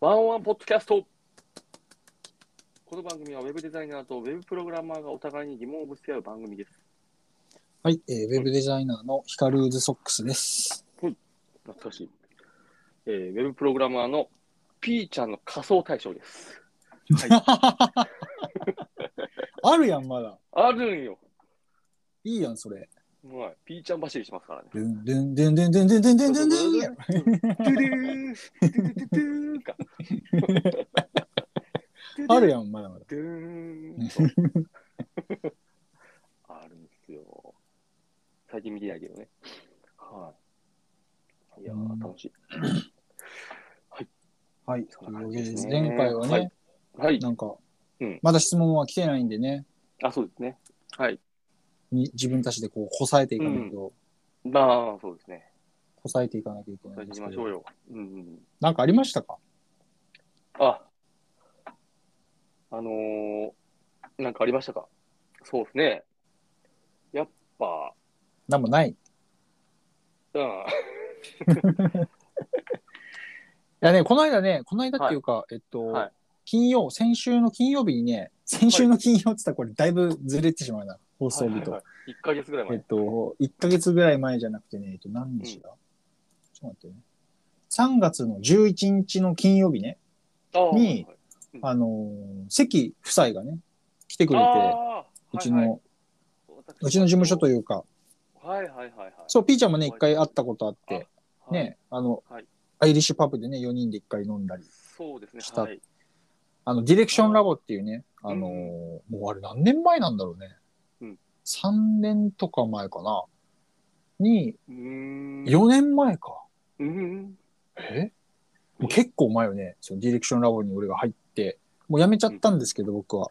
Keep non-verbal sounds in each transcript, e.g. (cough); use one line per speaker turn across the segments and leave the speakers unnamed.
ワンオンワンポッドキャストこの番組はウェブデザイナーとウェブプログラマーがお互いに疑問をぶつけ合う番組です。
はい、えーウェブデザイナーのヒカルーズソックスです。
懐かしい。えー、ウェブプログラマーの P ちゃんの仮想対象です。
あるやん、まだ。
あるんよ。
いいやん、それ。
はい。P ちゃん走りしますからね。
ドゥンドゥンドゥンドゥンドゥンドゥンドゥンドゥンドゥンやん。
ドゥドゥードゥドゥドゥドゥーか。
あるやん、まだまだ。
ドゥーンと。あるんですよ。最近見てないけどね。はい。いや
うん
ー、楽しい。
はい、
そ
と
ん
い
な
う
感
わ
じ
け
で
ですす。
ね
前回は
はい
ね、
はい。
なんか
うん、
まだ質問は来てないんでね、
あ、そうですね。はい。
に自分たちでこう、こさえていかないと、
まあ、そうですね。
こさえていかなきゃいけ
そ
な
れ
い
に
んで
し
す
ま
け
しょ
ど
う。よ。うんうん。
なんかありましたか
あ、あのー、なんかありましたかそうですね。やっぱ、
なんもない。い
うん、
やね、この間ね、この間っていうか、えっ
は
と
い、
金曜、先週の金曜日にね、先週の金曜って言ったらこれだいぶずれてしまうな、放送日と。
1ヶ月ぐらい
え
前
っ。と、1ヶ月ぐらい前じゃなくてね、えっと、何日だ、ちょっと待ってね。3月の11日の金曜日ね、
あー
に
はいはい
あのー関夫妻がね、来てくれて、
あー
うちの、
はいはいう
ちの事務所と
いう。
いうか、
はいはいはいはい。
そう、ピーちゃんもね、一回会ったことあって、
はい
ね、あの、
はい
アイリッシュパブでね、4人で一回飲んだり、
そうですね。
した
はい。
あの、ディレクションラボっていうね、
ん
あのーもうあれ何年前なんだろうね。
うん
3年とか前かな。に、
うーん。
4年前か。
うん。
えもう結構前よね、そのディレクションラボに俺が入って、もう辞めちゃったんですけど、僕は。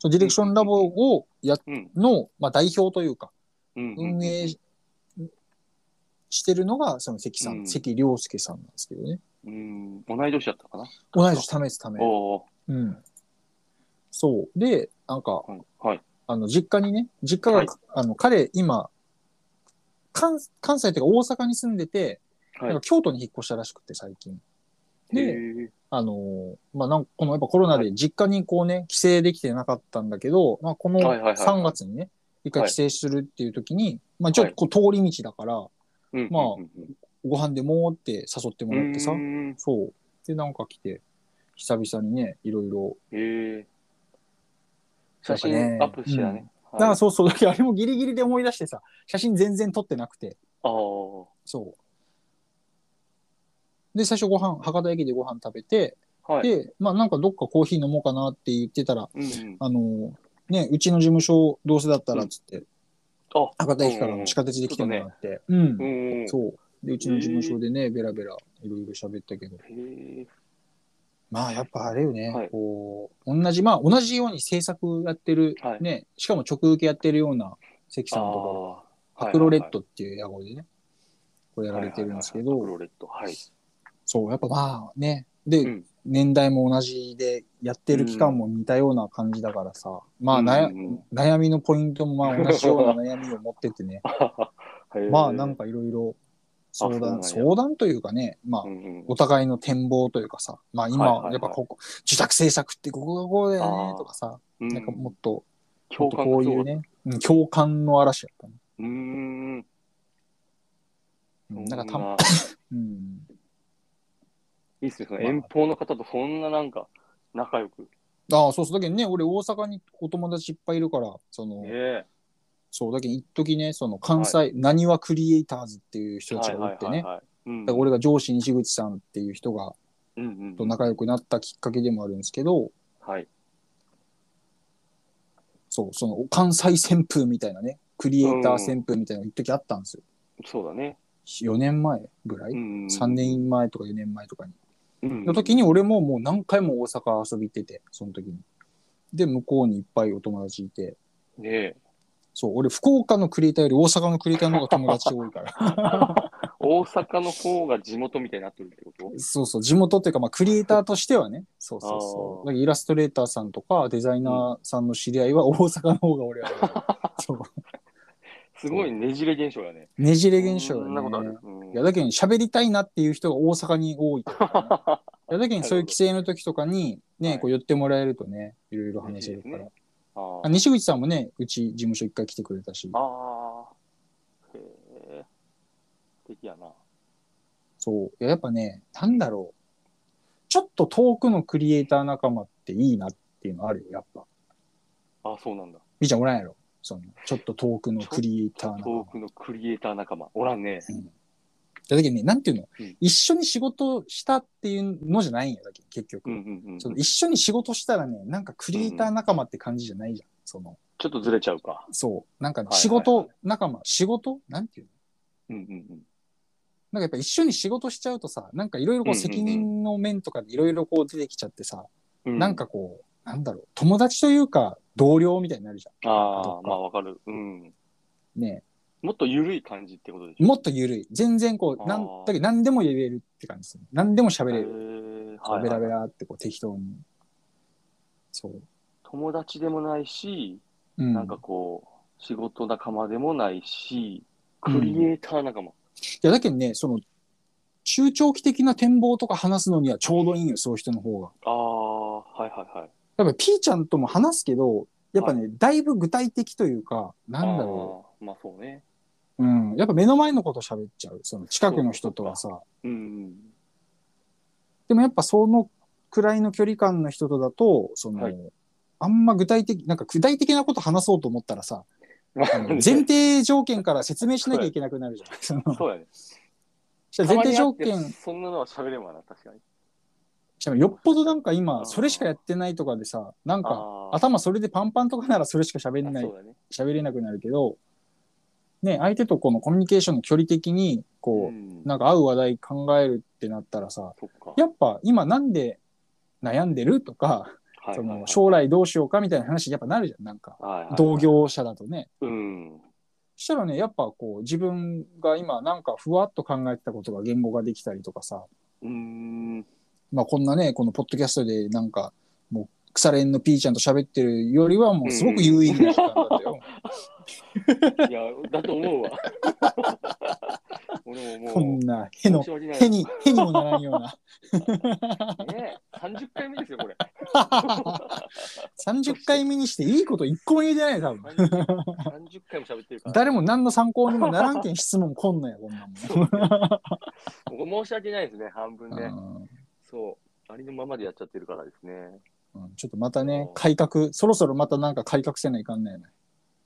そのディレクションラボをや、
うん。
の、まあ、代表というか、
うん。
運営ししてるのが、その関さ
うん
ん、関良介さんなんですけどね。
うん。同い年だったかな。
同い年、ためです、ため。
おお。
うん。そう。で、なんか、
うんはい。
あの、実家にね、実家が、
はい
あの、彼、今、関関西というか大阪に住んでて、
はい
なんか京都に引っ越したらしくて、最近。で、
へー
あのーまあ、なんか、このやっぱコロナで実家にこうね、帰省できてなかったんだけど、まあ、この
はいはいはい
3月にね、一回帰省するっていう時に、まあ、ちょっとこう通り道だから、
うん
まあ
うん
ご飯でもって誘っても
うん
らってさ
う、ん
そう。で、なんか来て、久々にね、いろいろ。
へえ。写
な
真
ん
ア
か
ップしてたね。
だか
はい
らそうそう、だけどあれもギリギリで思い出してさ、写真全然撮ってなくて、
ああ。
そう。で、最初ご飯、博多駅でご飯食べて、
はい。
で、まあ、なんかどっかコーヒー飲もうかなって言ってたら、
うんうん、
あの、ね、うちの事務所どうせだったらっつって、
あ、
博多駅からの地下鉄で来てもらって、うん、
うん。
そう。で、うちの事務所でね、ベラベラいろいろ喋ったけど、
へえ。
まあやっぱあれよね、
はい
こう、同じ、まあ同じように制作やってる、
はい
ね、しかも直受けやってるような関さんのところ、アクロレッドっていう野号でね、これや
や
られてるんですけ
アク
ど、
ロレッド、はい。
そう、やっぱまあね、で、
うん
年代も同じで、やってる期間も似たような感じだからさ、まあなや、
うんうん
悩みのポイントも
(laughs)
まあ同じような悩みを持っててね、まあなん
か、
かいろいろ相
あそうなん
談、
や
相談というかね、まあ
うんうん
お互いの展望というかさ、ま
は
あ
いはい
今
はい
やっぱここ、自宅制作ってここがこうだよねとかさ、
う
なんかもっと、も
共
っと
感
こういうね、うん共感の嵐だったね。
うーん。
うんなんかた
そ
ま、
な
うん、
いいっすね、その
まあ
遠方の方とそんななんか、仲良く。
ああ、そうそう。だけどね、俺大阪にお友達いっぱいいるから、その、
ねえ。
そう、だけど一時ね、その関西、なにわクリエイターズっていう人たちがおってね、
はい。うん
だから俺が上司西口さんっていう人が、
うんうん
と仲良くなったきっかけでもあるんですけど、
はい。
そう、その関西旋風みたいなね、クリエイター旋風みたいなの一時あったんですよ。
そうだね。
4年前ぐらい、
うんうん
?3 年前とか4年前とかに。
うん
の時に俺ももう何回も大阪遊び行ってて、その時に。で、向こうにいっぱいお友達いて、
ねえ。
そう、俺福岡のクリエイターより大阪のクリエイターの方が友達多いから。
大阪の方が地元みたいになってるってこと
そうそう、地元っていうか、まあクリエイターとしてはね、そうそうそう。だからイラストレーターさんとかデザイナーさんの知り合いは大阪の方が
(laughs)
俺は、そう。
すごいねじれ現象やね。
ねじれ現象
そんなことあ
よね
る。。うん (laughs)
いや、だけど喋りたいなっていう人が大阪に多いとかね、やだけにそういう規制の時とかに、ね、
はい
こう寄ってもらえるとね、いろいろ話せるから。
嬉しいですあ
あ
ー
西口さんもね、うち事務所一回来てくれたし、
あー。へえ。素敵やな。
そう。いややっぱね、なんだろう。ちょっと遠くのクリエイター仲間っていいなっていうのあるよ、やっぱ。
あそうなんだ。
みーちゃんおらんやろ。その、ちょっと遠くのクリエイター仲間
遠。くのクリエイター仲間。おらんね。
だけどね、なんていうの、
うん
一緒に仕事したっていうのじゃないんや、だけど結
う
局、
んうんうん。ち
その。一緒に仕事したらね、なんかクリエイター仲間って感じじゃないじゃん。その、
ょっとずれちゃうか。
そう。なんか
は
ね、
いはい
仕事仲間、仕事なんていうの
うんうんうん。
なんかやっぱ一緒に仕事しちゃうとさ、なんかいろいろこう
うんうんうん
責任の面とかでいろいろこう出てきちゃってさ、
う
なんかこう、なんだろう、友達というか同僚みたいになるじゃ
あ
と
あ、
か
まあわかる。うん。
ん。ね
もっと緩い感じってことでしょ。
もっと緩い。全然こう、なん
あー
だけど何でも言えるって感じでする。何でも喋れる。
る
ベラベラってこう適当に。そう。
友達でもないし、
うん、
なんかこう、仕事仲間でもないし、クリエイター仲間。
いや、だけどね、その、中長期的な展望とか話すのにはちょうどいいんよ、そういう人の方が。
ああ、はいはいはい。
やっぱ、ピーちゃんとも話すけど、やっぱね、だいぶ具体的というか、なんだろ
う。まあそうね。
う。うん。やっぱ目の前のこと喋っちゃう。その近くの人とはさ。
うん。
でもやっぱそのくらいの距離感の人とだと、その、
はい
あんま具体的、なんか具体的なこと話そうと思ったらさ、あ
(laughs)
の前提条件から説明しなきゃいけなくなるじゃん。その
そうやね。
前提条
たまにあっ
件
て。そんなのは喋れんわな、確かに。
しかもよっぽどなんか
あ
今、
ー
それしかやってないとかでさ、なんか、
あー
頭それでパンパンとかならそれしか喋れな
あ
い
そう、だね。
喋れなくなるけど、ね、相手とこのコミュニケーションの距離的に、
う
こ
ん
う、なんか合う話題考えるってなったらさ、
そっか。
やっぱ今なんで悩んでるとか、
はい
そ
はいは
の
い
将来どうしようかみたいな話やっぱなるじゃん、なんか。
はいはいはい
同。業者だとね。
うん。
そしたらね、やっぱこう自分が今なんかふわっと考えてたことが言語ができたりとかさ、
うん。
まあこんなね、このポッドキャストでなんか、もう腐れ縁のピーちゃんと喋ってるよりはもうすごく有意義な時間だったよ。
いや、だと思う
(laughs)
わ。俺も
こ
も
ん
う、
な、への
申し、訳ない
へに、へにもならんような。
ねえ、30回目ですよ、これ。
30回目にしていいこと一個も言えてないよ、 (laughs) 多分。
30, 30回も喋ってるから。
誰も何の参考にもならんけん質問こんのや、こんな
そうここ申し訳ないですね、半分ね。
もん。
そう。ありのままでやっちゃってるからですね。
うんうんちょっとまたね、改革、そろそろまたなんか改革せないかんねね。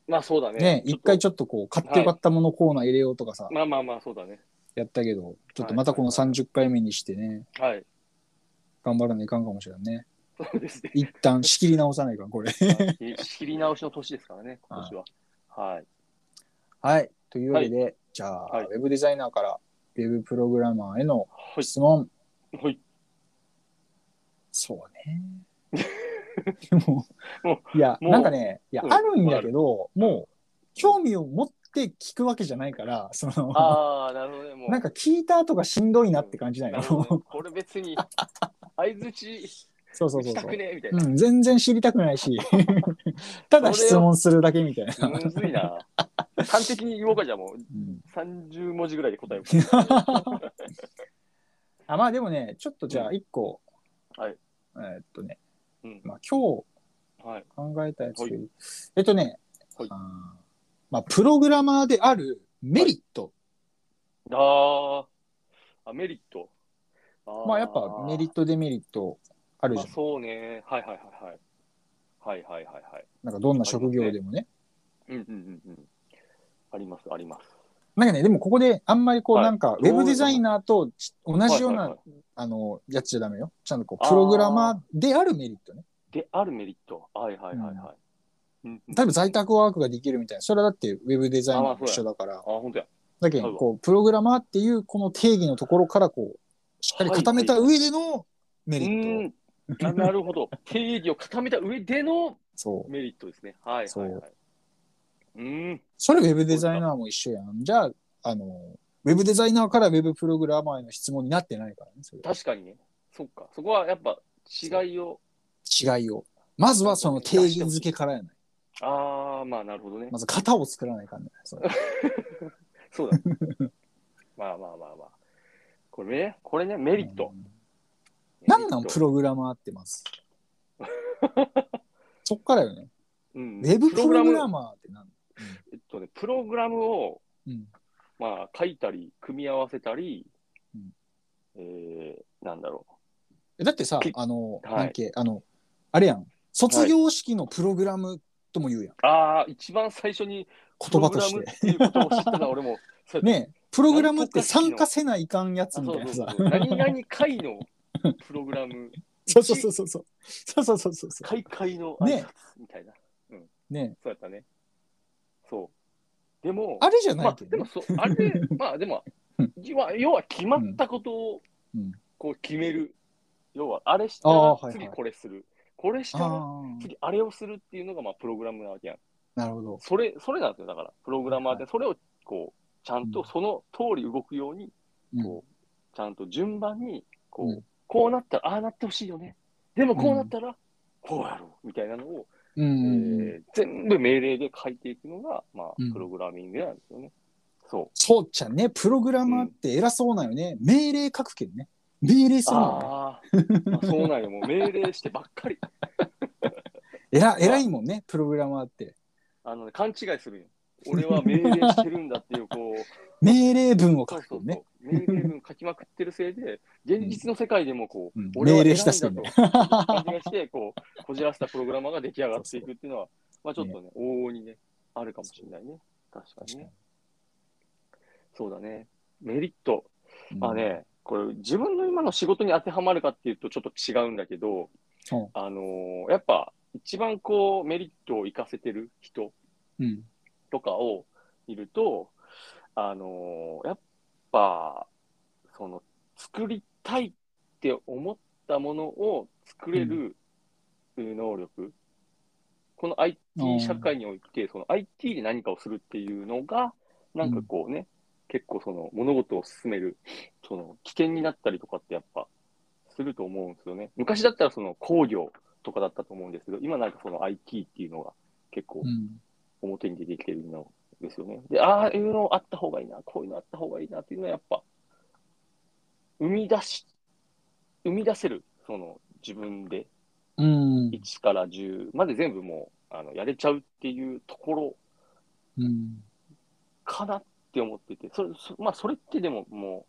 まあそうだね。
ね、
ちょっ
一
と
回ちょっとこう、買ってよかったものコーナー入れようとかさ、
まあまあまあ、そうだね。
やったけど、ちょっとまたこの30回目にしてね、
はい。
頑張らないかんかもしれんね。
そうですね。
一旦仕切り直さないかん、これ。
仕切り直しの年ですからね、今年は。はい。
はい。というわけで、じゃあ、
はい
ウェブデザイナーからウェブプログラマーへ
は
の
い。
質問。
はい。
そうね。
(laughs)
もう
も
いや、
もう
なんかね、いや、
うん
あるんだけど、もう、興味を持って聞くわけじゃ (laughs) ないから、その、
ああ、なるほどね。もう。
なんか聞いた後がしんどいなって感じだ
な
よ。
る
そ
ほど
う
ねこれ別
(laughs)
に、相づち
そうそうそ
し
う
た。くねみたいうな。
ん、全然知りたくな
(laughs)
いし、ただ質問するだけみたいな。
むずいな。端的に言おうか、じゃあもう、
うん
30文字ぐらいで答えようか。
(laughs) あまあでもね、ちょっとじゃあ一個、
はい
えーっとね、
うん
まあ今日、
はい。
考えたやつ、
はい
えっとね、
はい
あーまあ、プログラマーであるメリット、
あーあ、メリット。ー
まあやっぱメリットデメリットあるじ
ま
ゃ
あ
ん、
そうね。はいはいはいはい。はいはいはいはい。
なんかどんな職業でもね。
うんうんうんうん。ありますあります。
なんかね、でもここであんまりこう
はい
なんか
ど
ウ
うい
ェ
うの
ブデザイナーとち同じよう
はいは
ない
はい
あのやつじゃダメよ。ちゃんとこうプログラマーであるメリットね。
で、あるメリット。はいはいはいはい。うんうん
例えば在宅ワークができるみたいな。それはだってウェブデザイナーと一緒だから
あ、。本当や。
だけ
そ
ど
うだ
こうプログラマーっていうこの定義のところからこうしっかり固めた上でのメ
う
リット。
ーん。あなるほ
(laughs)
ど。定義を固めた上での
そう。
メリットですね。はいはいはい。うーん。
それウェブデザイナーも一緒やん。じゃあ、あの、ウェブデザイナーからウェブプログラマーへの質問になってないからね、そ
確かにね。そっか。そこはやっぱ違いを。
れ。違いを。まずはその定義付けからやない。
ああ、まあなるほどね。
まず型を作らないからね。それ
そうだ。 (laughs) まあまあまあまあ。これね、これね、メリット。。
なんなんプログラマーってまず。そっからよね。
うん
ウェブプログラ
ム
マーってなん
えっとね、プログラムを、
うん。
まあ、書いたり、組み合わせたり、
うん
えー、なんだろ
だってさ
き、
あの、
はい
なんけ、あの、あれやん。卒業式のプログラムとも言うやん。
う。ああ、一番最初に
言葉とし
プログ
て。
ラムっていう言葉を知ったのは俺
(laughs)
も。そうやって
ねえプログラムって参加せないかんやつみたいなさ
あ。そうそうそう何々会のプログラム、
(laughs) そうそうそうそう。 (laughs) そうそうそうそうそ
開会の挨拶みたいな、
う。ねえ
そうやったね。そう。でも、
あれじゃ
ま
ない
あ、
け
で
ど
も
ね。
そ、あれ、
(laughs)
まあでも
うん、
要は要は決まったことを
うんうん
こう決める。要は、あれした
ああ
ら
はいはい
次これする。これしたら
ああ、
次あれをするっていうのがまあプログラムなわけやん。
なるほど。
それ、それなんですよ。だから、プログラマーってそれをこう、ちゃんとその通り動くように、
うん
こう、ちゃんと順番に、こう、
うん
こうなったら、ああなってほしいよね。でもこうなったら、こうやろう。みたいなのを、
うんうんうん。
えー全部命令で書いていくのが、まあ
うん、
プログラミングなんですよね。そ
そうじゃね、プログラマーって偉そうなんよね。命令書くけどね。命令す
う。
るもんね。
あーあ、そうなんよ。もう命令してばっかり。
偉偉いもんね、プログラマーって。
あのね、勘違いするよ。俺は命令してるんだっていう、こう、
(laughs) 命令文を書
そうそ
くけ
うそう
どね。
命令文書きまくってるせいで、現実の世界でもこう、
うん
俺は
命令した人
偉いん
み
だ
た
と感じが
(laughs)
して、こう、こじらせたプログラマーが出来上がっていくっていうのは、まあちょっとね、往々にね、あるかもしれないね。確かにね。そうだね。メリット。まあ。ね、これ、自分の今の仕事に当てはまるかっていうとちょっと違うんだけど、
うん
あのーやっぱ、一番こう、メリットを活かせてる人
うん。
とかを見ると、あのーやっぱ、その、作りたいって思ったものを作れる能力、この IT
うん
社会において、その IT で何かをするっていうのが、なんかこうね、結構その物事を進める、その危険になったりとかってやっぱすると思うんですよね。昔だったらその工業とかだったと思うんですけど、今なんかその IT っていうのが結構
うん。
表に出てきてるのですよね。で、ああいうのあった方がいいな、こういうのあった方がいいなっていうのはやっぱ、生み出し、生み出せる、その自分で
うん。
1から10まで全部もうあのやれちゃうっていうところ
うん。
かなって思ってて、それ、そまあそれってでもも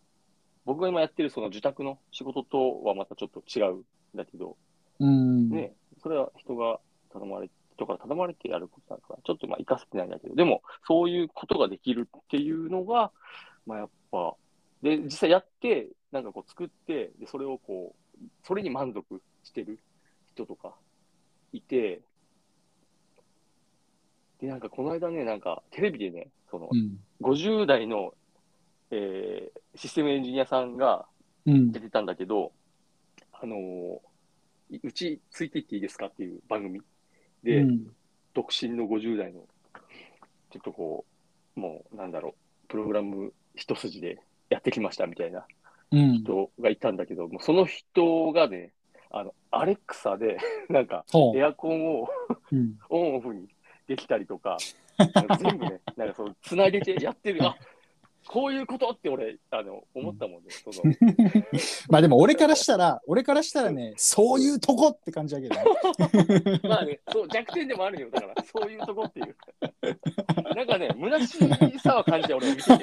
う、僕が今やってるその受託の仕事とはまたちょっと違うんだけど、
うん。
ね、それは人が頼まれ、人から頼まれてやることだから、ちょっとまあ生かせてないんだけど、でも、そういうことができるっていうのが、まあやっぱ、で、実際やって、なんかこう作って、で、それをこう、それに満足してる人とかいて、で、なんかこの間ね、なんかテレビでね、その
う、ん。
50代の、えーシステムエンジニアさんが
うん
出。てたんだけど、あのーいうちついていっていいですかっていう番組で、
うん
独身の50代の、ちょっとこう、もうなんだろう、プログラム一筋でやってきましたみたいな
うん。
人がいたんだけど、もうその人がね、あの、アレクサで、 (laughs) なんか、
ほ
エアコンを
う。うん。 (laughs)
オンオフにできたりとか、なんか全部ね、なんかその繋いでてやってる、あこういうことって俺、あの、思ったもんね。その
まあでも俺からしたら、俺からしたらね、そういうとこって感じだけどね。
(laughs) まあね、そう弱点でもあるよ、だから、そういうとこって
(laughs)
いう。なんかね、虚しさは感じて、俺は見てて。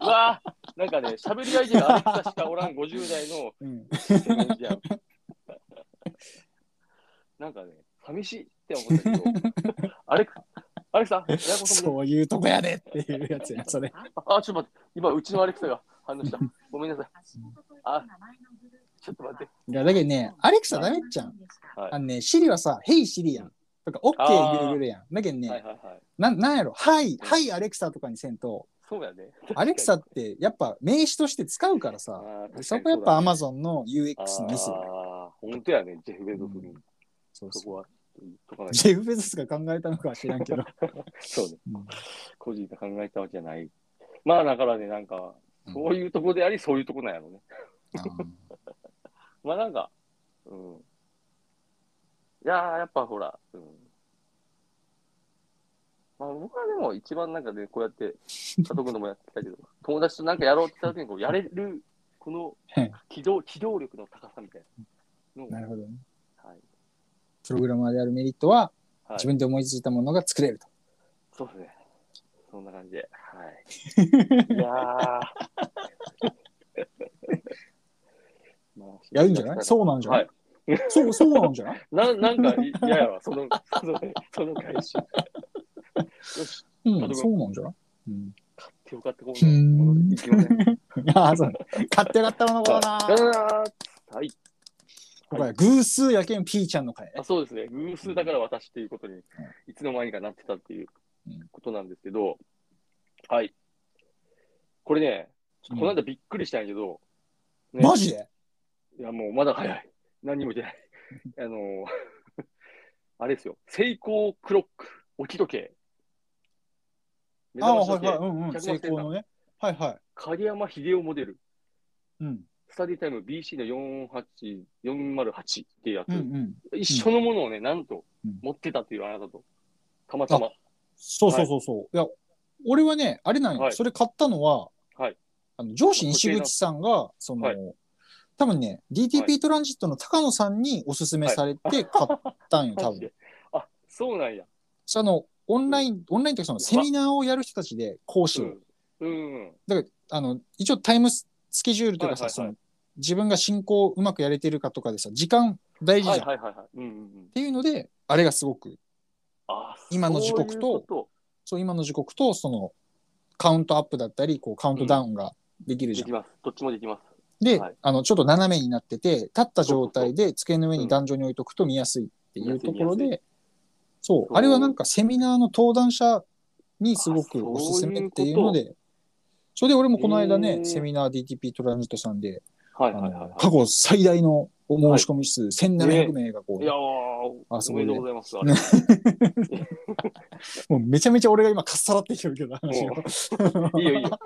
うわーなんかね、喋り相手がアレクサしかおらん50代の
うん。
感じやん。なんかね、寂しいって思ったけど、アレクアレクサ、エアコン止めて。
そういうとこやでっていうやつや、それ。
あ、ちょっと待って、今、うちのアレクサが反応した。ごめんなさい。あちょっと待って。
いや、だけどね、アレクサダメっちゃん。
はい
あのね、シリはさ、ヘイシリやん。とか、オッケ
あー
ーぐるぐるやん。だけどね、
はいはいはい。
ななんやろ、はい、はい、アレクサとかにせんと、
そうやね。
アレクサってやっぱ名詞として使うからさ、そこやっぱ Amazon の UX のミス
あ
よ
ー。本当やね、ジェフ・ベゾスに。
そう
そ
そ
こ
う
は言っとかないと。
ジェフ・ベゾスが考えたのかは知らんけど。
そうね。
うん
個人が考えたわけじゃない。まあだからね、なんか、 (laughs) そういうとこであり、そういうとこなんやろね。
あー
まあなんか、うん。いやー、やっぱほら、うん。まあ僕はでも (laughs) 一番なんかね、こうやって、家族のもやってたけど、友達となんかやろうって言った時に、こう、やれるこの
はい
機動機動力の高さみたいなのを
なるほどね。
はい
プログラマーであるメリットは、
はい
自、分で思いついたものが作れると。
そうですね。そんな感じで。はい。
(laughs)
いやー。まあ
やるんじゃないそうなんじゃない、
はい。
そう、そうなんじゃない
ななんかい嫌やわ、その、 (laughs) その、その返し。よし、
うん、そうなんじゃないうん。 (laughs)
手を買ってこうものいきません。
ああ、そう。買ってよかったものコ
(laughs)
ーナ
だ
ー。
だだーはい。
今回、偶数やけん P ちゃんの回ね。
あそうですね、偶数だから私っていうことに、いつの間にかなってたっていう
うん
ことなんですけど、はい。これね、ちょっとこの間びっくりしたんやけど、ね
マジで
いや、もうまだ早い。何にも出ない。あのーあれですよ、セイコークロック、置き時計。目
ああ、
覚まし時
はい
計
はい。うんうん。
100
成
万
功のね。はいは
影山秀夫モデル、
い。うん。
スタディタイム BC の48 408っていうやつ、
うんうん。
一緒のものをね、なんと
うん
持ってたっていうあなたと、たまたま。
そうそうそうそう。い、や、俺はね、あれなんよ、
はい
それ買ったのは、
はい
あの上司西口さんが、その、
はい
多分ね、
は
DTP トランジットの高野さんにおすすめされて買ったんよ、多
(laughs) マジ
分
で。あ、そうなんや。
その、オンライン、オンラインというかそのセミナーをやる人たちで講師を、
うん。うん。
あの、一応タイムススケジュールというかさ、
はいはいはい
その、自分が進行をうまくやれてるかとかでさ、時間大事じゃん。
はい
っ
はいはいはい。うんうんうん。
ていうので、あれがすごく、
あ、
今の時
そ
刻と
ういうこ
そう、今の時刻と、その、カウントアップだったり、こう、カウントダウンができる
と
じゃん
できます。どっちもできます。
で、
はい
あのちょっと斜めになってて立った状態で机の上に壇上に置いとくと見やすいっていうところ
見
でそう
そう
あれはなんかセミナーの登壇者にすごくおすすめっていうのでそれで俺もこの間
へ
ね
ー
セミナー DTP トランジットさんで、
はい
あ
はいはい、
の
は
過去最大のお申し込み数、1700名がこ
い。
う、
いやー、お
あすご
め
い
で
ね
とうございます。あれ
もうめちゃめちゃ俺が今かっさらってきてるけど話
も
を
いいよいいよ。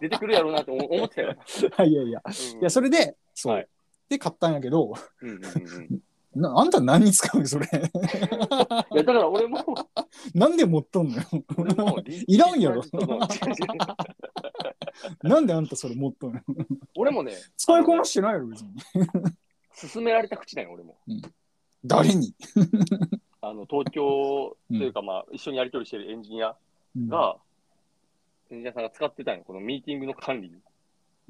出てくるやろうなって思思ってたよ。
(laughs) いやいや
うん、
いやそれでそう、
はい
で買ったんやけど
うんうんうんうん
なあんた何に使うのそれ
い
(laughs)
やだから俺も、
なんで持っとんのよ
俺も、
いらんやろ
ちょっと違う違う
なんであんたそれ持っとんの
俺もね、
使いこなしてないやろ、別に。
勧められた口なんよ、俺も。
誰に、
あの東京というか、まあ、一緒にやり取りしてるエンジニア
うん
が、エンジニアさんが使ってたんよ、このミーティングの管理に。
ミ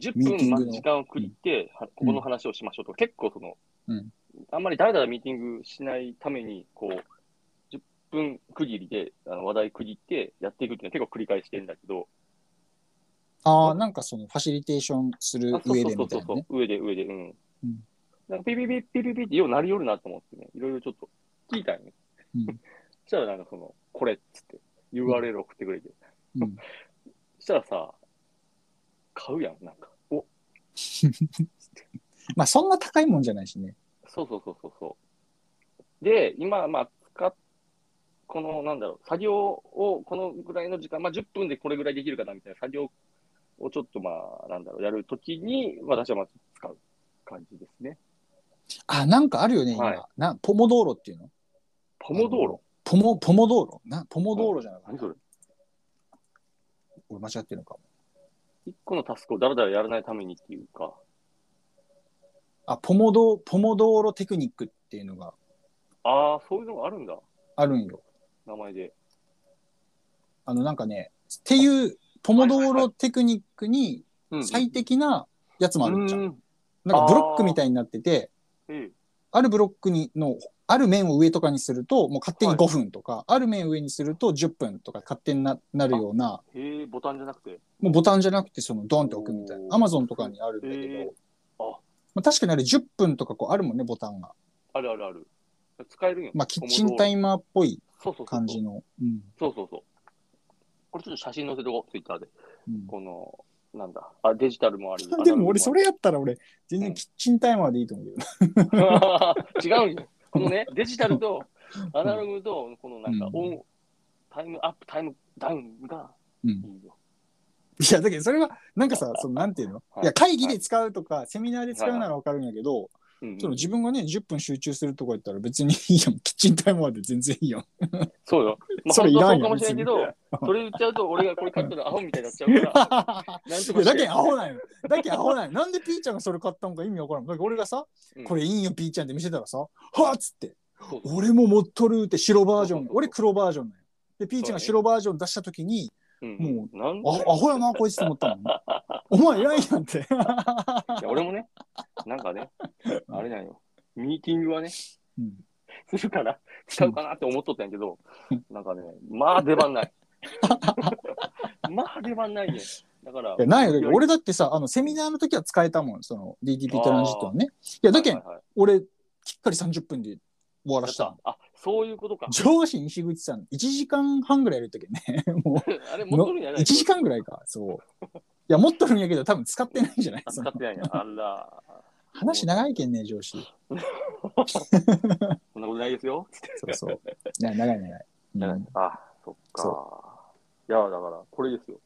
ーティ
10分
ン
ま
グの
ず時間を区切って、はここの話をしましょうとか、結構その、
うん
あんまりだらだらミーティングしないために、こう、10分区切りであの話題区切ってやっていくっていうのは結構繰り返してるんだけど、
ああ、なんかそのファシリテーションする
あそう
上
そう
で
そう
み
そ
た
う
いなね。
そう、上で上で、うん。
うん
なんかピピピピピピってようなりよるなと思ってね、いろいろちょっと聞いたんよね。
うん
そしたらなんかその、これっつって、URL 送ってくれて。
うん
そしたらさ、買うやん、なんか。お、
まあそんな高いもんじゃないしね。
そうそうそうそうそう。で、今、まあ、使っ、この、なんだろう、作業をこのぐらいの時間、まあ、10分でこれぐらいできるかなみたいな作業をちょっとまあ、なんだろう、やるときに、私はまず使う感じですね。
あ、なんかあるよね、今。
はい
なポモ道路っていうの
ポモ道路
ポモ、ポモ道路な、ポモ道路じゃなかっ
何それ
た。俺間違ってるのかも。
一個のタスクをだらだらやらないためにっていうか、
あ、ポモ道、ポモ道路テクニックっていうのが
ああ、そういうのがあるんだ、
あるんよ。
名前で。
あの、なんかね、っていう、ポモ道路テクニックに
うん
最適なやつもあるんじゃん。
うん
なんかブロックみたいになってて、
ええ
あるブロックにの、ある面を上とかにすると、もう勝手に
はい
5分とか、ある面を上にすると10分とか勝手にななるような、
へえ、ボタンじゃなくて。
もうボタンじゃなくてそのドンって置くみたいな。
おー
Amazon とかにあるんだけ
へー
ど、
あ
まあ、確かにあれ10分とかこうあるもんね、ボタンが。
あるあるある。使えるんや。
まあ、キッチンタ
イ
イマーっぽい
そうそうそう
感じの。うん
そうそうそう。これちょっと写真載せとこう、ツイッターで。
うん
この、なんだ。あ、デジタルもあり。
(laughs) でも俺そ
れ。
れやったら俺、全然キッチンタイマーでいいと思うけど
(laughs)
な。
違うんよ。このね、デジタルとアナログと、このなんか、
うん
オン、タイムアップ、タイムダウンが
うん
いいよ。
いや、だけどそれは、なんかさ、そのなんていうの
はい
いや、会議で使うとか、セミナーで使うならわかるんやけど、
うん
その自分がね、10分集中するとか言ったら別にいいやん。キッチンタイマーで全然いいやん。
そうよ。まあ、
そ
本
れい
当
ら
はそう
んよ
かもしれんけど、それ言っちゃうと、俺がこれ買ったらアホみたいになっちゃ
(laughs)
うから、なんとかして
だけんアホなんよ。だけんアホなんよ。なんでピーちゃんがそれ買ったのか意味わからん。だけど俺がさ
うん、
これいいんよ、ピーちゃんって見せたらさ、はっつって、
そうそう
俺も持っとるって白バージョン
そ、う
俺黒バージョンなんよ。で、ピーちゃんが白バージョン出したときに、
うん
も
う、なん
あアホやな、こいつと思ったもん。
(laughs)
お前偉いやんって。
いや俺もね、なんかね、あれなんよ。ミーティングはね、
うん
するから、使うかなって思っとったんやけど、なんかね、まあ出番ない。 (laughs) まあ出番ないね。だから
い、やないよだけど俺だってさあのセミナーの時は使えたもんその DTP トランジットはねいやだけ
は
ん
いはいはい
俺きっかり30分で終わらした
あ、そういうことか。
上司西口さん1時間半ぐらいやるったっけねも
(laughs) あれ、
う
持っとるんやない
1時間ぐらいかそういや持っとるんやけど多分使ってないんじ
(laughs)
ゃない
あ
そ
使
の
ってないんや。あら、
話長いけんね上司
そんなことないですよ。
そうそういや長い長い、うん
あ、そっか。いや、だから、これですよ。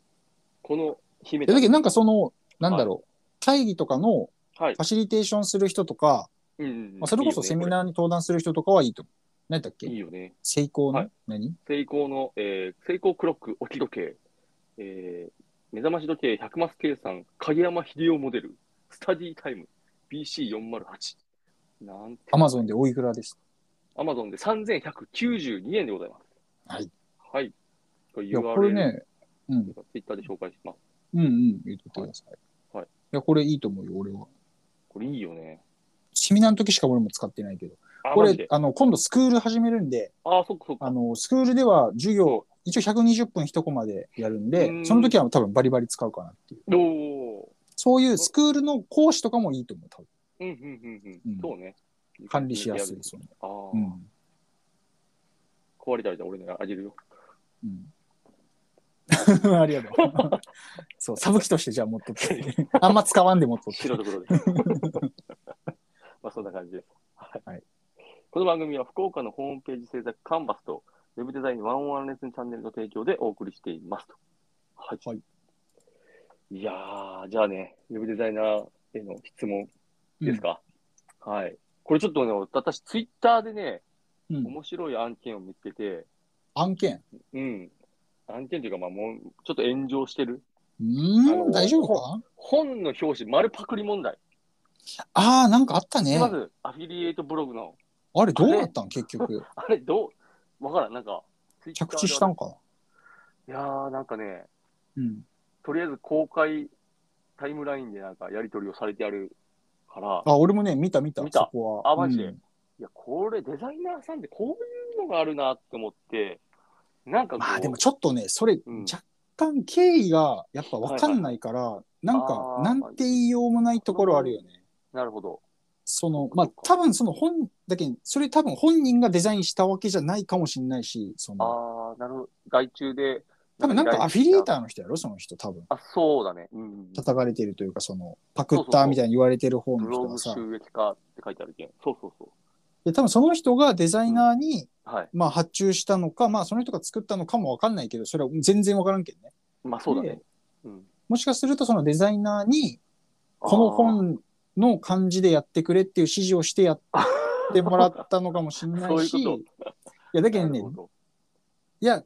この姫
いやだけどなん
か、
かそのなんだろう会議とかの
はい
フ。ァシリテーションする人とか、まあ、それこそセミナ
ー
ーに登壇する人とかはいいと思う何だっ
いい
け
よね。
成功の、
はい
何
成功の、えー、成功クロック、置き時計、えー、目覚まし時計、百マス計算、影山秀夫モデル、スタディタイム、BC408。なんて、
アマゾンでおいくらです
アマゾンで3192円でございます。
はい。
はい。これ
いや、これ
URL、
ね、うん、
ツイッターで紹介します。
うん、うん、言ってください。
はい
いや、これいいと思うよ、俺は。
これいいよね。
セミナーの時しか俺も使ってないけど。
あ、
こ
マジ
れ
で、。
あの、今度スクール始めるんで、
あ、そっかそっ
あ
か。
の、スクールでは授業、一応120分一コマでやるん
う
で、
ん
その時は多分バリバリ使うかなっていう。
おー。
そういうスクールの講師とかもいいと思う、多分。
うんうんうんう。
うんん
そうね。
管理しやすい。。その
ああ、
うん。
壊れたらじゃあ俺ならあげ
(laughs)
るよ。
うん。 (laughs) ありがとう。そう、サブ機としてじゃあ持っとって。
(laughs)
あんま使わんで持っとって。
白いところで。 (laughs) まあそんな感じです。
はい。
この番組は福岡のホームページ制作カンバスとウェブデザインワンワンレッスンチャンネルの提供でお送りしていますと。はい。
はい、
いやー、じゃあね、ウェブデザイナーへの質問ですか。はい。これちょっとね、私、ツイッターでね、
うん。
面白い案件を見つけて、
案件。
うん。案件というか、まあ、もう、ちょっと炎上してる。あ
う
の
ーん、大丈夫か
本の表紙丸パクリ問題。
ああ、なんかあったね。
まず、アフィリエイトブログの、
あれどうなったん結局。
あれ、どう、わからん、なんか、Twitter で
着地したんか
いやー、なんかね、
なうん。
とりあえず公開タイムラインでなんかやり取りをされてあるから、
あ、俺もね、見た見た。
見た
そこは。
あマジで
うん
いや、これデザイナーさんってこういうのがあるなって思って、なんかこう、
まあでもちょっとね、それ、
うん
若干経緯がやっぱわかんないから、なんか
あ、ー
なんて言いようもないところあるよね。
なるほど。
その、
そ
ま
う
あ
か
多分その本だけに、それ多分本人がデザインしたわけじゃないかもしれないし、その、
あー、なるほど。外注で。
多分なんかアフィリエータ
ー
ーの人やろ、その人多分。
あ、そうだね。うん。
叩かれてるというか、その、パクったみたいに言われてる方
ブ
の
ロ
人
グ
がさ、
収益化って書いてあるけん。そうそうそ
で多分その人がデザイナーに、
う。はい。
まあ発注したのか、まあその人が作ったのかもわかんないけど、それは全然わからんけどね。
まあそうだね
で。
うん。
もしかするとそのデザイナーに、この
あー
本の感じでやってくれっていう指示をしてやってもらったのかもしれない
(laughs)
し、
そういうこ
や、だけどね
なるほ、ど
いや、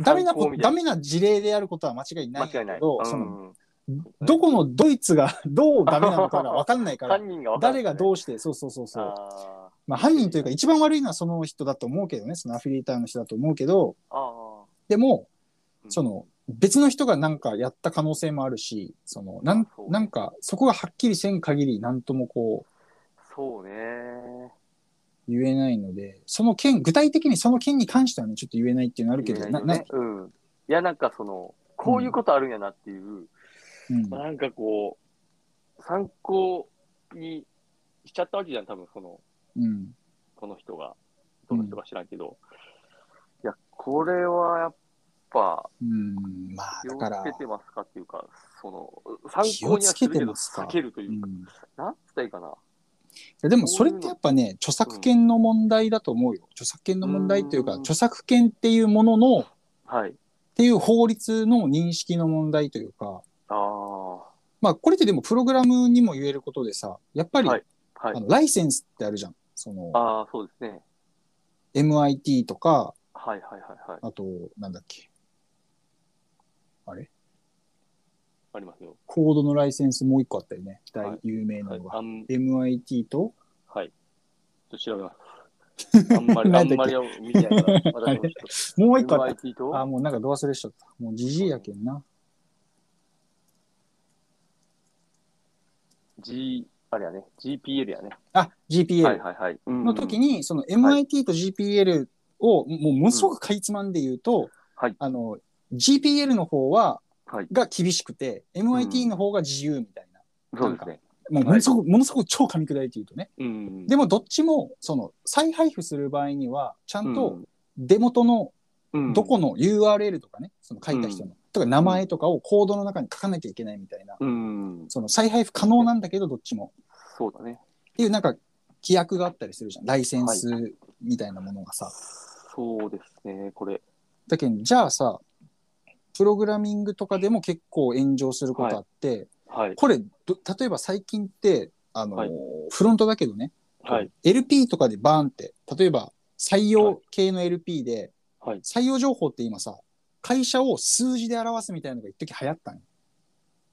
ダメな
参
こ
考み
と、
たい
ダメな事例であることは間違いない
間
ん
違
だ
いない。
けど、
うん
その、どこのドイツが (laughs) どうダメなのかがわかんないから、
(laughs) 犯人が分か
誰が
う
どうして、そうそうそうそう。
あ
まあ犯人というか一番悪いのはその人だと思うけどね、そのアフィリエーターの人だと思うけど、
ーあ
でも、
ー。
その別の人がなんかやった可能性もあるし、そのなん
そうね
なんかそこがはっきりせん限り何ともこ
そうね。
う言えないので、その件、具体的にその件に関してはね、ちょっと言えないっていうのあるけど、
言えな
ない
よね
な
うん。いや、なんかその、こういうことあるんやなっていう、
うん
まあなんかこう、参考にしちゃったわけじゃん、多分その、
うん
この人が、どの人が知らんけど。いや、これはやっぱ、
うん、まあ
気
だ
を
から
つけ、てますかっていうか、その、参
気
考
を
には
つ
す
け
るけ
て
ど、
ますか
避けると
う
い
ん、
う
い
か、なんつったらいいかな。
やでもそれってやっぱね、著作権の問題だと思うよ。著作権の問題というか、
うん
著作権っていうものの、っ
はい。
ていう法律の認識の問題というか、
ああ。
まあこれってでもプログラムにも言えることでさ、やっぱり
はいはい
あ。のライセンスってあるじゃん。その、
ああ、そうですね。
MIT とか、
はいはいはいはい。
あと、なんだっけ、
ありますよ。
コードのライセンスもう一個あったよね。大
はい
有名な
はい
の。が。
あん
MIT と、
はい。ちょっと調べ
(laughs)
ます。あんまり、あ
なん
ん
だっけ
まり見てないから、私もちょっ
(laughs) もう一
と。
個あった。
MIT と、
あ、もうなんかド忘れしちゃった。もうじじいやけんな。
G、あれやね、GPL やね。
あ、GPL。
はいはいはい。の
の時、に、その MIT と GPL をもうものすごくかいつまんで言うと、
はい
あの GPL の方は
はい。
が厳しくて MIT の方が自由みたいな、
そうですね。
もうものすごく、ものすごく超噛み砕いて言うとね
うん。
でもどっちもその再配布する場合にはちゃ
うんん、
と出元の
うん
どこの URL とかねその書いた人の、とか名前とかをコードの中に書かなきゃいけないみたいな、
うん。
その再配布可能なんだけどどっちも
そうだね。
っていうなんか規約があったりするじゃんライセンスみたいなものがさ、
そうですね、これ。
だけんじゃあさプログラミングとかでも結構炎上することあって、
はい。
これど例えば最近ってあの、
はい
フロントだけどね、
はい。
LP とかでバーンって例えば採
はい
用系の LP で、
はい
採用情報って今さ会社を数字で表すみたいなのが一時流行ったんよ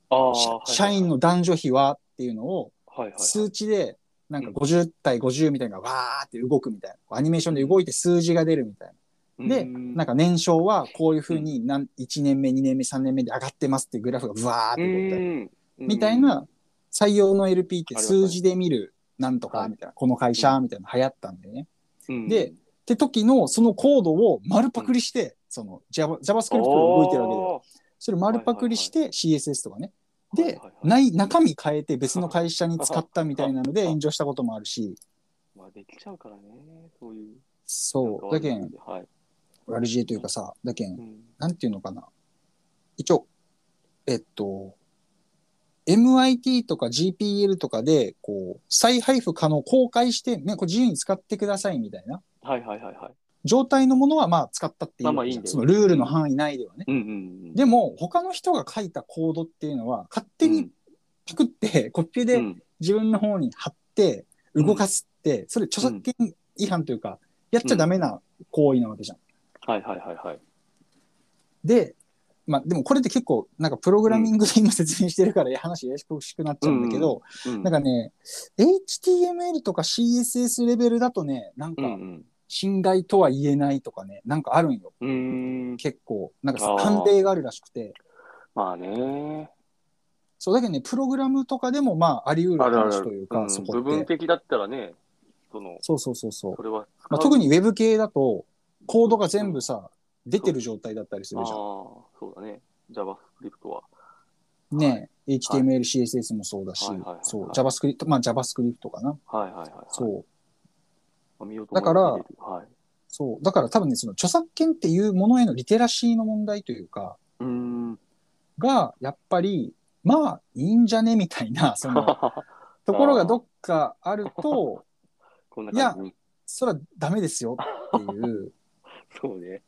ああ
社社員
の、
の男女比はっていうのを
はいはい。
数値でなんか50対50みたいなのがわーって動くみたいなこうアニメーションで動いて数字が出るみたいな。で、なん
か、
か年商はこういうふうに何1年目、2年目、3年目で上がってますっていうグラフがブワーっ
う
て動いたり、
ん。
みたいな採用の LP って数字で見るなんと
は
か
い
みたいな、この会社みたいなの流行ったんでね。
うん、
でって時のそのコードを丸パクリして、その Java- JavaScript で動いてるわけで、それ丸パクリして CSS とかね。
はい
で
はいはい、
ない中身変えて別の会社に使ったみたいなので炎上したこともあるし、
まあ、できちゃうからね、そういう。
そう、だけん、
はい。
悪知恵というかさ、だけん
う、ん。
なんていうのかな。一応、えっと、MIT とか GPL とかで、こう、再配布可能、公開して、ね、これ自由に使ってくださいみたいな
はいはいはいはい。
状態のものは、まあ、使ったっていいわけ
まあまあいい
じゃ
ん
ん
だよ
そのルールの範囲内ではね。
うんうん。
でも、他の人が書いたコードっていうのは、勝手にパクって、コピー
う
で
ん
自分の方に貼って、
うん
動かすって、それ著作権違反というか、やっちゃダメな行為なわけじゃん。
はいはいはいはい。
で、まあでもこれって結構なんかプログラミングで今説明してるから話ややこしくなっちゃうんだけど、
うん
なんかね、HTML とか CSS レベルだとね、なんか
うん
侵害とは言えないとかね、なんかあるんよ。
うん。うん。
結構、なんか
あー
判定があるらしくて。
まあね。
そうだけどね、プログラムとかでもまああり得る
あるある
話
あ
とい
る
う。か、
ん
そこ
部分
って。
的だったらね、その、
そうそうそうそう
そ。れは。
まあ、特にウェブ系だと、コードが全部さ、出てる状態だったりす
ああー、
るじゃ
そうだね。JavaScript は。
ん。ね、HTML、CSS もそうだし
はいはいはい、
そう、JavaScript、まあ JavaScript かな。
はいはいはいはい。
そう。
まあ。見ようと
だから
思ってみるはい。
そう。だから多分ね、その著作権っていうものへのリテラシーの問題というか、
うーん。
が、やっぱり、まあ、いいんじゃねみたいな、
(laughs)
その、ところがどっかあると、
こんな感じに。
それはダメですよっていう、
そうね。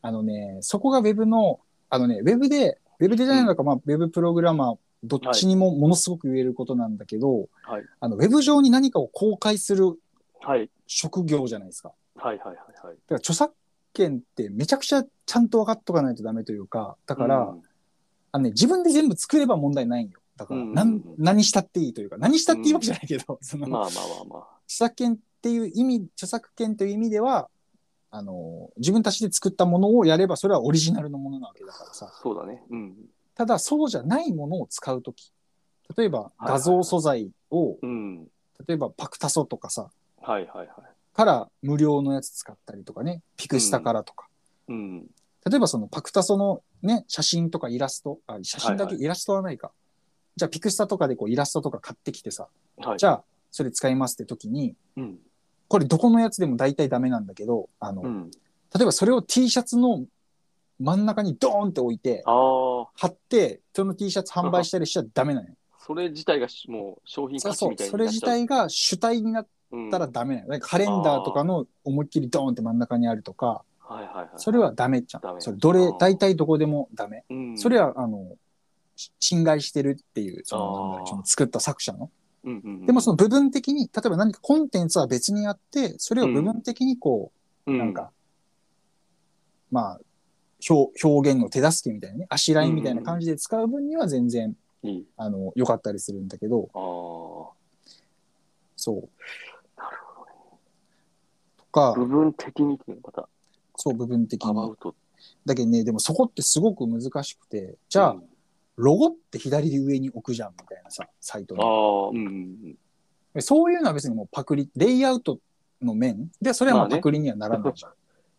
あのね、そこが Web の、あのね、Web で、Web デザイナーとか、まあ、Web プログラマー、どっちにもものすごく言えることなんだけど、
はい
あの、Web 上に何かを公開する
はい。
職業じゃないですか。だ
はいはいはいはい。
から著作権ってめちゃくちゃちゃんと分かっとかないとダメというか、だから、
うん、
あのね、自分で全部作れば問題ないんよ。だから、
うん
なん何したっていいというか、何したっていいわけじゃないけど、その、
まあまあまあま
著作権っていう意味、著作権という意味では、あの、自分たちで作ったものをやれば、それはオリジナルのものなわけだから
あ
さ。。
そうだね。うん。
ただ、そうじゃないものを使うとき。例えば、
いはい
画像素材を、
うん。
例えばパクタソとかさ、
はいはいはい。
から無料のやつ使ったりとかね、ピクスタからとか。
うん。
例えばそのパクタソのね、写真とかイラスト、あ、写真だけ、
はい
イラストはないか。じゃあピクスタとかでこうイラストとか買ってきてさ、
はい。
じゃあそれ使いますって時に、
うん。
これどこのやつでも大体ダメなんだけど、あの、
うん。
例えばそれを T シャツの真ん中にドーンって置いて、
ああ、
貼って、その T シャツ販売したりしちゃダメなのよ。
それ自体がしもう商品
そ
価
う
値
そう
み。たいに
そ
な
れ
っ
自
ちゃう、
体が主体になっ
うん、
たらダメなの。なんかカレンダーとかの思いっきりドーンって真ん中にあるとか、
はいはいはい。
それはダメじゃ
ダメ
ん。それどれ
あー、
大体どこでもダメ。
うん、
それは、あの、し侵害してるっていう、そ
あー
の、なんだろうその作った作者の。
ううんうんうん
でもその部分的に、例えば何かコンテンツは別にあって、それを部分的にこ
う
う、
ん
なんか、まあ、表表現の手助けみたいなね、あしらいみたいな感じで使う分には全然、
いい。
あの、良かったりするんだけど、
ああ、部
そう。とか、
分的にっていうのまた、
そう、部分的
アバ
に。
ウト。
だけどね、でもそこってすごく難しくて、じゃあ、ロゴって左上に置くじゃん、みたいなさ、サイト
あ
に。
あ、うんうん
そういうのは別にもうパクリ、レイアウトの面で、それはもうパクリにはならないじゃん。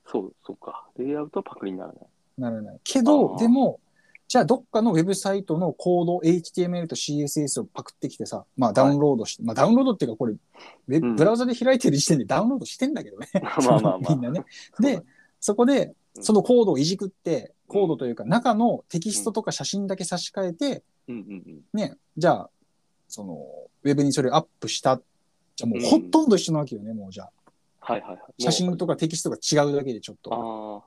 そう、そうか。レイアウトはパクリになら
(laughs)
ない。
ならない。けど
あ、ー
でも、じゃあどっかのウェブサイトのコード、HTML と CSS をパクってきてさ、まあダウンロードして、まあダウンロードっていうかこれ、ウェ
うん
ブラウザで開いてる時点でダウンロードしてんだけどね。
(laughs) まあまあまあ。
(laughs) みんなね。
そう
で
だね、、
そこで、
うん
そのコードをいじくって、コードというか中のテキストとか写真だけ差し替えて、
うんうんうん。
ね、じゃあ、その、ウェブにそれをアップした。じゃあもうほとんど一緒なわけよね、もうじゃあ。
はいはいはい。
写真と
か。
かテキストが違うだけでちょっと。
あ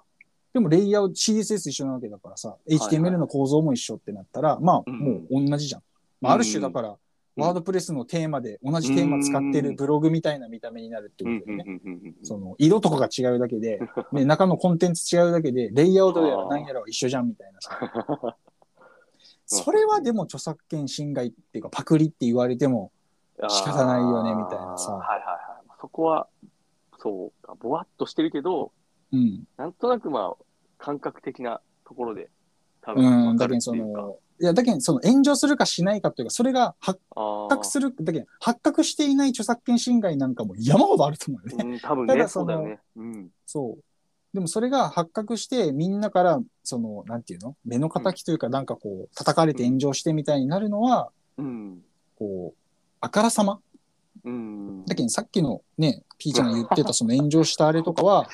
でもレイヤー CSS 一緒なわけだからさ、
いはい
HTML の構造も一緒ってなったら、まあ
うん
もう同じじゃん。まあ、ある種だから、
うん
ワードプレスのテーマで同じテーマ使ってるブログみたいな見た目になるって
あ。
こ
うん
と
う
で
ん
ね。
うんうんうん。
その色とかが違うだ
(laughs)
けで、ね、中のコンテンツ違うだけで、レイアウトやら何やらは一緒じゃんみたいなさ。
(laughs)
それはでも著作権侵害っていうかパクリって言われても、仕方ないよねみたいなさ
あーはいはいはい。そこは、そうか、ぼわっとしてるけど、
うん。
なんとなくまあ、感覚的なところで、多分
うん。
わ
だ
か
け
る
ど
って
そ
いうか。
の、いや、だけどその炎上するかしないかというか、それが発
あ
発覚する、だけど発覚していない著作権侵害なんかも山ほどあると思うよね。
る。うん、多分
た
ね、
だ
そ
そうの
だよね。うん。
そう。でもそれが発覚して、みんなから、その、なんていうの目の敵というか、なんかこう、叩かれて炎上してみたいになるのは、
うん。
こう、あからさま。
うん。
だけどさっきのね、ピーちゃんが言ってたその炎上したあれとかは、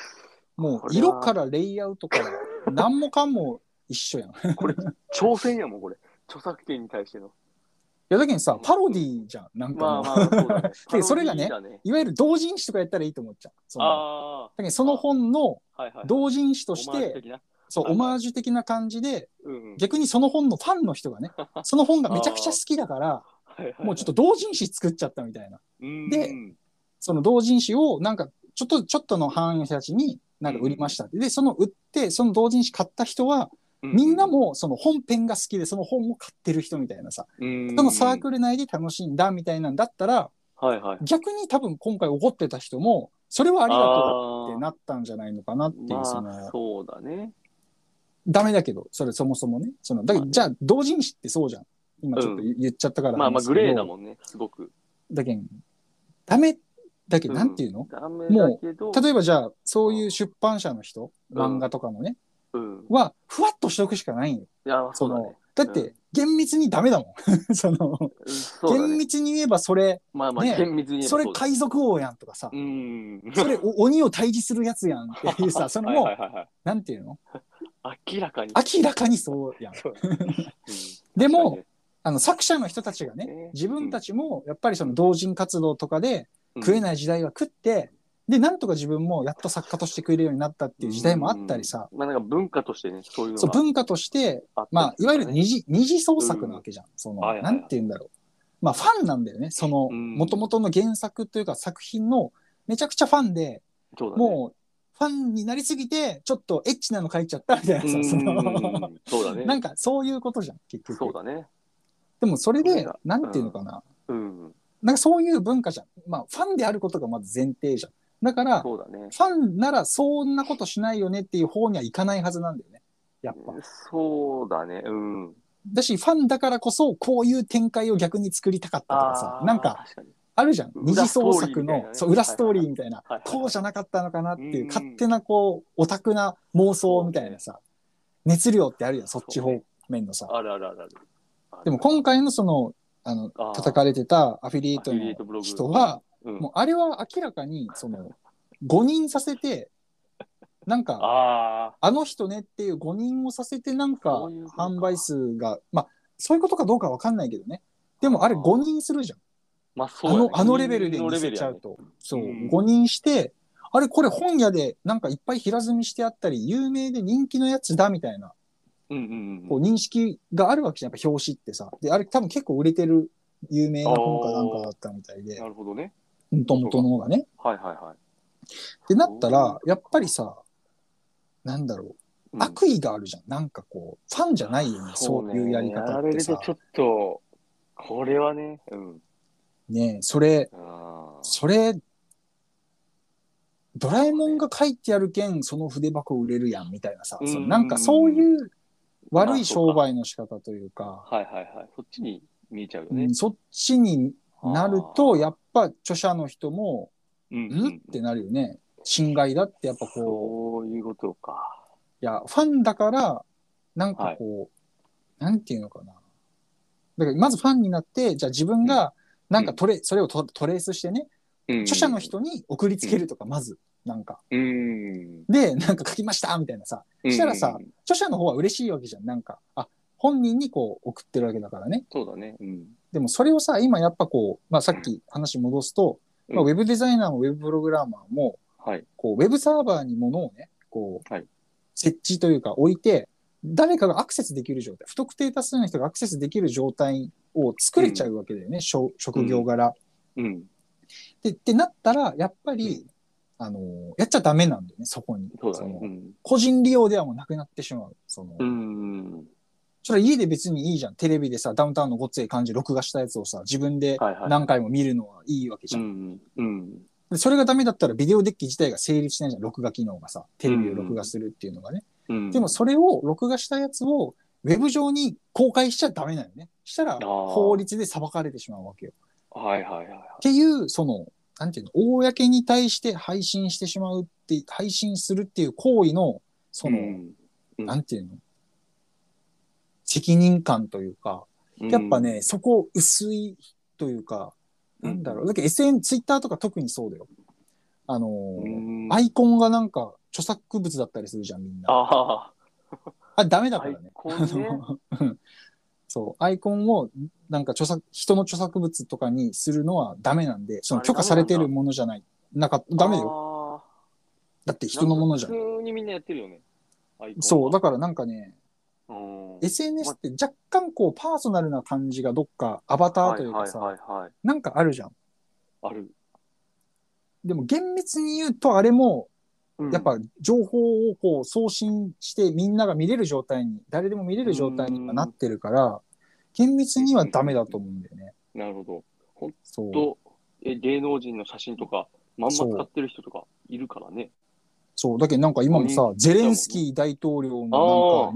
もう色からレイアウトから、何もかも一緒やん。い
これ、挑戦やもん、これ。著作権に対しての。
や、だけどさ、パロディじゃん。なんか
ま
も
あ
う、
まあ、そう
(laughs)
だね。
けどそれがね
パロディだ
いわゆる同人誌とかやったらいいと思っちゃう。そのだ
あ
けどその本の
あ、はいはい。う
同人誌として、
的な
そう、
はい
オマージュ的な感じで、
うんうん。
逆にその本のファンの人がね、その本がめちゃくちゃ好きだから、もうちょっ
と、
と同人誌作っちゃったみたいな。
うん
でその同人誌を、なんか、ちょっと、ちょっとの範囲の人たちに、なんか売りましたって。で、その売って、その同人誌買った人は、みんな、もその本編が好きで、その本を買ってる人みたいなさ、
そ
そのサークル内で楽しんだみたいなんだったら、
ル。はいはい。
逆に多分今回怒ってた人も、それはありがとうって
あ
なったんじゃないのかなっていう、
ー
その
まあ、、そうだね。
ダメだけど、それそもそもね。そのだけ
まあ
ど
ね
じゃあ、同人誌ってそうじゃん。今ちょっと言言っちゃったから
まあ
なん
まあ、
です
グ
けど、
レーだもんね、すごく。
だけん、ダメ、だけど、
うん
なんていうの、
ダメだけど、
例
え
えばじゃあ、そういう出版社の人、
うん
漫画とかのね、
ば、うん。
は、ふわっとしておくしかないんよ。
いや、そ
そう
だ
の、
ね。
だって、厳密にダメだもん。 (laughs) その、
うんそうだ
厳
ね。
密に言えばそれ、
まあまあ、
ね
厳密に言えば
それ
うだね
海賊王やんとかさ
う、ん。
それ
(laughs)
お鬼を退治するやつやんっていうさ、その
はい
もう、
はいはいはい
なんていうの
明らかに。
明らかにそうやん。
そうだねうん
でも、
確か
あの作者の人たちが
そうですね
ね、自分たちもやっぱりその同人活動とかで
にね
食えない時代は食って、で、なんとか自分もやっと作家として食えるようになったっていう時代もあったりさ、
うんまあなんか文化としてね、そういうの
そう
が
文化として、
あったりするからね。
まあ、いわゆる二次二次創作なわけじゃん。その
はいはい、は
ないんて言うんだろう。まあ、ファンなんだよね。その、
うん
もともとの原作というか作品のめちゃくちゃファンで、
そうだね、
もう、ファンになりすぎて、ちょっとエッチなの書いちゃったみたいなさ、その、
う
(laughs)
んそうだ (laughs) ね。
なんかそういうことじゃん、結局。
そうだね。
でもそれ
それ
で
が、
なんていうのかな。
うん。
なんかそういう文化じゃん。まあ、ファンであることがまず前提じゃん。だから、フ
そうだね。
ァンならそんなことしないよねっていう方にはいかないはずなんだよね。やっぱ。
そうだね。うん。
だし、ファンだからこそ、こういう展開を逆に作りたかったとかさ
あ、ー
なんか、
確かに
あるじゃん。
裏
二次創作の、そう、裏
ス
ス
ト
ト
ー
ー
リ
リ
ー
ーみたいな、
はいはいはい
こうじゃなかったのかなって
うんう
い
ん
う、勝手なこう、オタクな妄想みたいなさ、熱量ってあるじゃん、そっち方面のさ。
あるあるあるある。
でも今回のその、あの、
あー
叩かれてたアフィリエイト
アフィリエイトブロ
の
グ
人は、
うん
もうあれは明らかに、その、誤認させて、なんか、
あ
あの人ねっていう誤認をさせて、なんか
そういうこと、か
販売数が、まあ、そういうことかどうかわかんないけどね。でもあれ
あー
誤認するじゃん。
ー、まあそう
あ
だね
の、あのレベルで
人間の
見
レ
せ
ベル
ちゃ
やね
うと。そう
うん、
誤認して、あれこれ本屋でなんかいっぱい平積みしてあったり、有名で人気のやつだみたいな、
うんうんうん
こう認識があるわけじゃん。やっぱ表紙ってさ。で、あれ多分結構売れてる有名な本かなんかだったみたいで
な、るほどね。
元々のがね。
はいはいはい。
ってなったら
そ、う
やっぱりさ、なんだろう、
うん
悪意があるじゃん。なんかこう、ファンじゃないよね、そう
ね
いうやり方
やら
っ
れ
て
ると
さ。
ちょっと、これはね、うん。
ねえそれ、
あー
それ、ドラえもんが書いてあるけん、その筆箱売れるやん、みたいなさ、
うん
そのなんかそういう悪い商売の仕方というか、
はいはいはい。そっちに見えちゃうよ
う
ね
ん、。そっちになると、やっぱ著者の人も、
うんうん
っ
ん、
てなるよね。侵害だって、やっぱ
そ
こう、
ういうことか。
いや、ファンだから、なんかこう、なんていうのかな。だから、まずファンになって、じゃあ自分が、なんかトレ、それをトトレースしてね、著者の人に送りつけるとか、まず、なんか。
うん。
で、なんか書きましたみたいなさ、
うん。
したらさ著者の方は嬉しいわけじゃん、なんか。あ、本人にこう送ってるわけだからね。
そうだね。うん。
でもそれをさ、今やっぱこう、まあさっき話戻すと、まあ、ウェブデザイナーもウェブプログラマーも、
はい。
こう、ウェブサーバーにものをね、こう、
はい
設置というか置いて、誰かがアクセスできる状態、不特定多数の人がアクセスできる状態を作れちゃうわけだよね、しょ職業柄。
うん。
で、ってなったら、やっぱり、
うん
あのーやっちゃダメなんだよね、そこに。
そうだね。
の
うん。
個人利用ではもうなくなってしまう。その、
うん。
それは家で別にいいじゃん。テレビでさ、ダウンタウンのごっつい感じ録画したやつをさ、自分で
はいはい
何回も見るのはいいわけじ
う
ゃん。
ん。うん。
でそれがダメだったら、ビデオデッキ自体が成立しないじゃん、録画機能がさ、テレビを録画するっていうのがね。
うん。
でもそれを録画したやつをウェブ上に公開しちゃダメなのね。したら
ー
法律で裁かれてしまうわけよ。
はいはいはい。
っていう、その、なんていうの、公に対して配信してしまうって、配信するっていう行為の、その、
うん
なんていうの、責任感というか、やっぱね、、そこ薄いというか、なんだろう、だけど SN、ツイッターとか特にそうだよ。あの
う
ー
ん。
アイコンがなんか著作物だったりするじゃん、みんな。
あ
あ、ダメ
あ、
だか
アイ
らね。
コ
(laughs) あ
ンね。
のうんそう、アイコンを、なんか著作、人の著作物とかにするのはダメなんで、その
あれ
許可されてるものじゃない。なんか、ダメだよ。
よ。
だって人のものじゃん。
普通にみんなやってるよね。アイコンは
そう、だからなんかね、
うん。
SNS って若干こう、パーソナルな感じがどっか、アバターというかさ、
はいはいはいはい。
なんかあるじゃん。
ある。
でも厳密に言うと、あれ
う
も、
ん
やっぱ情報をこう送信してみんなが見れる状態に、誰でも見れる状態にはなってるから、厳密にはダメだと思うんだよね。
なるほど。
そう。
と、え芸能人の写真とか、まんま使ってる人とかいるからね。
そう、だけどなんか今もさ
う、ん
ゼレンスキー大統領のなん
あ
か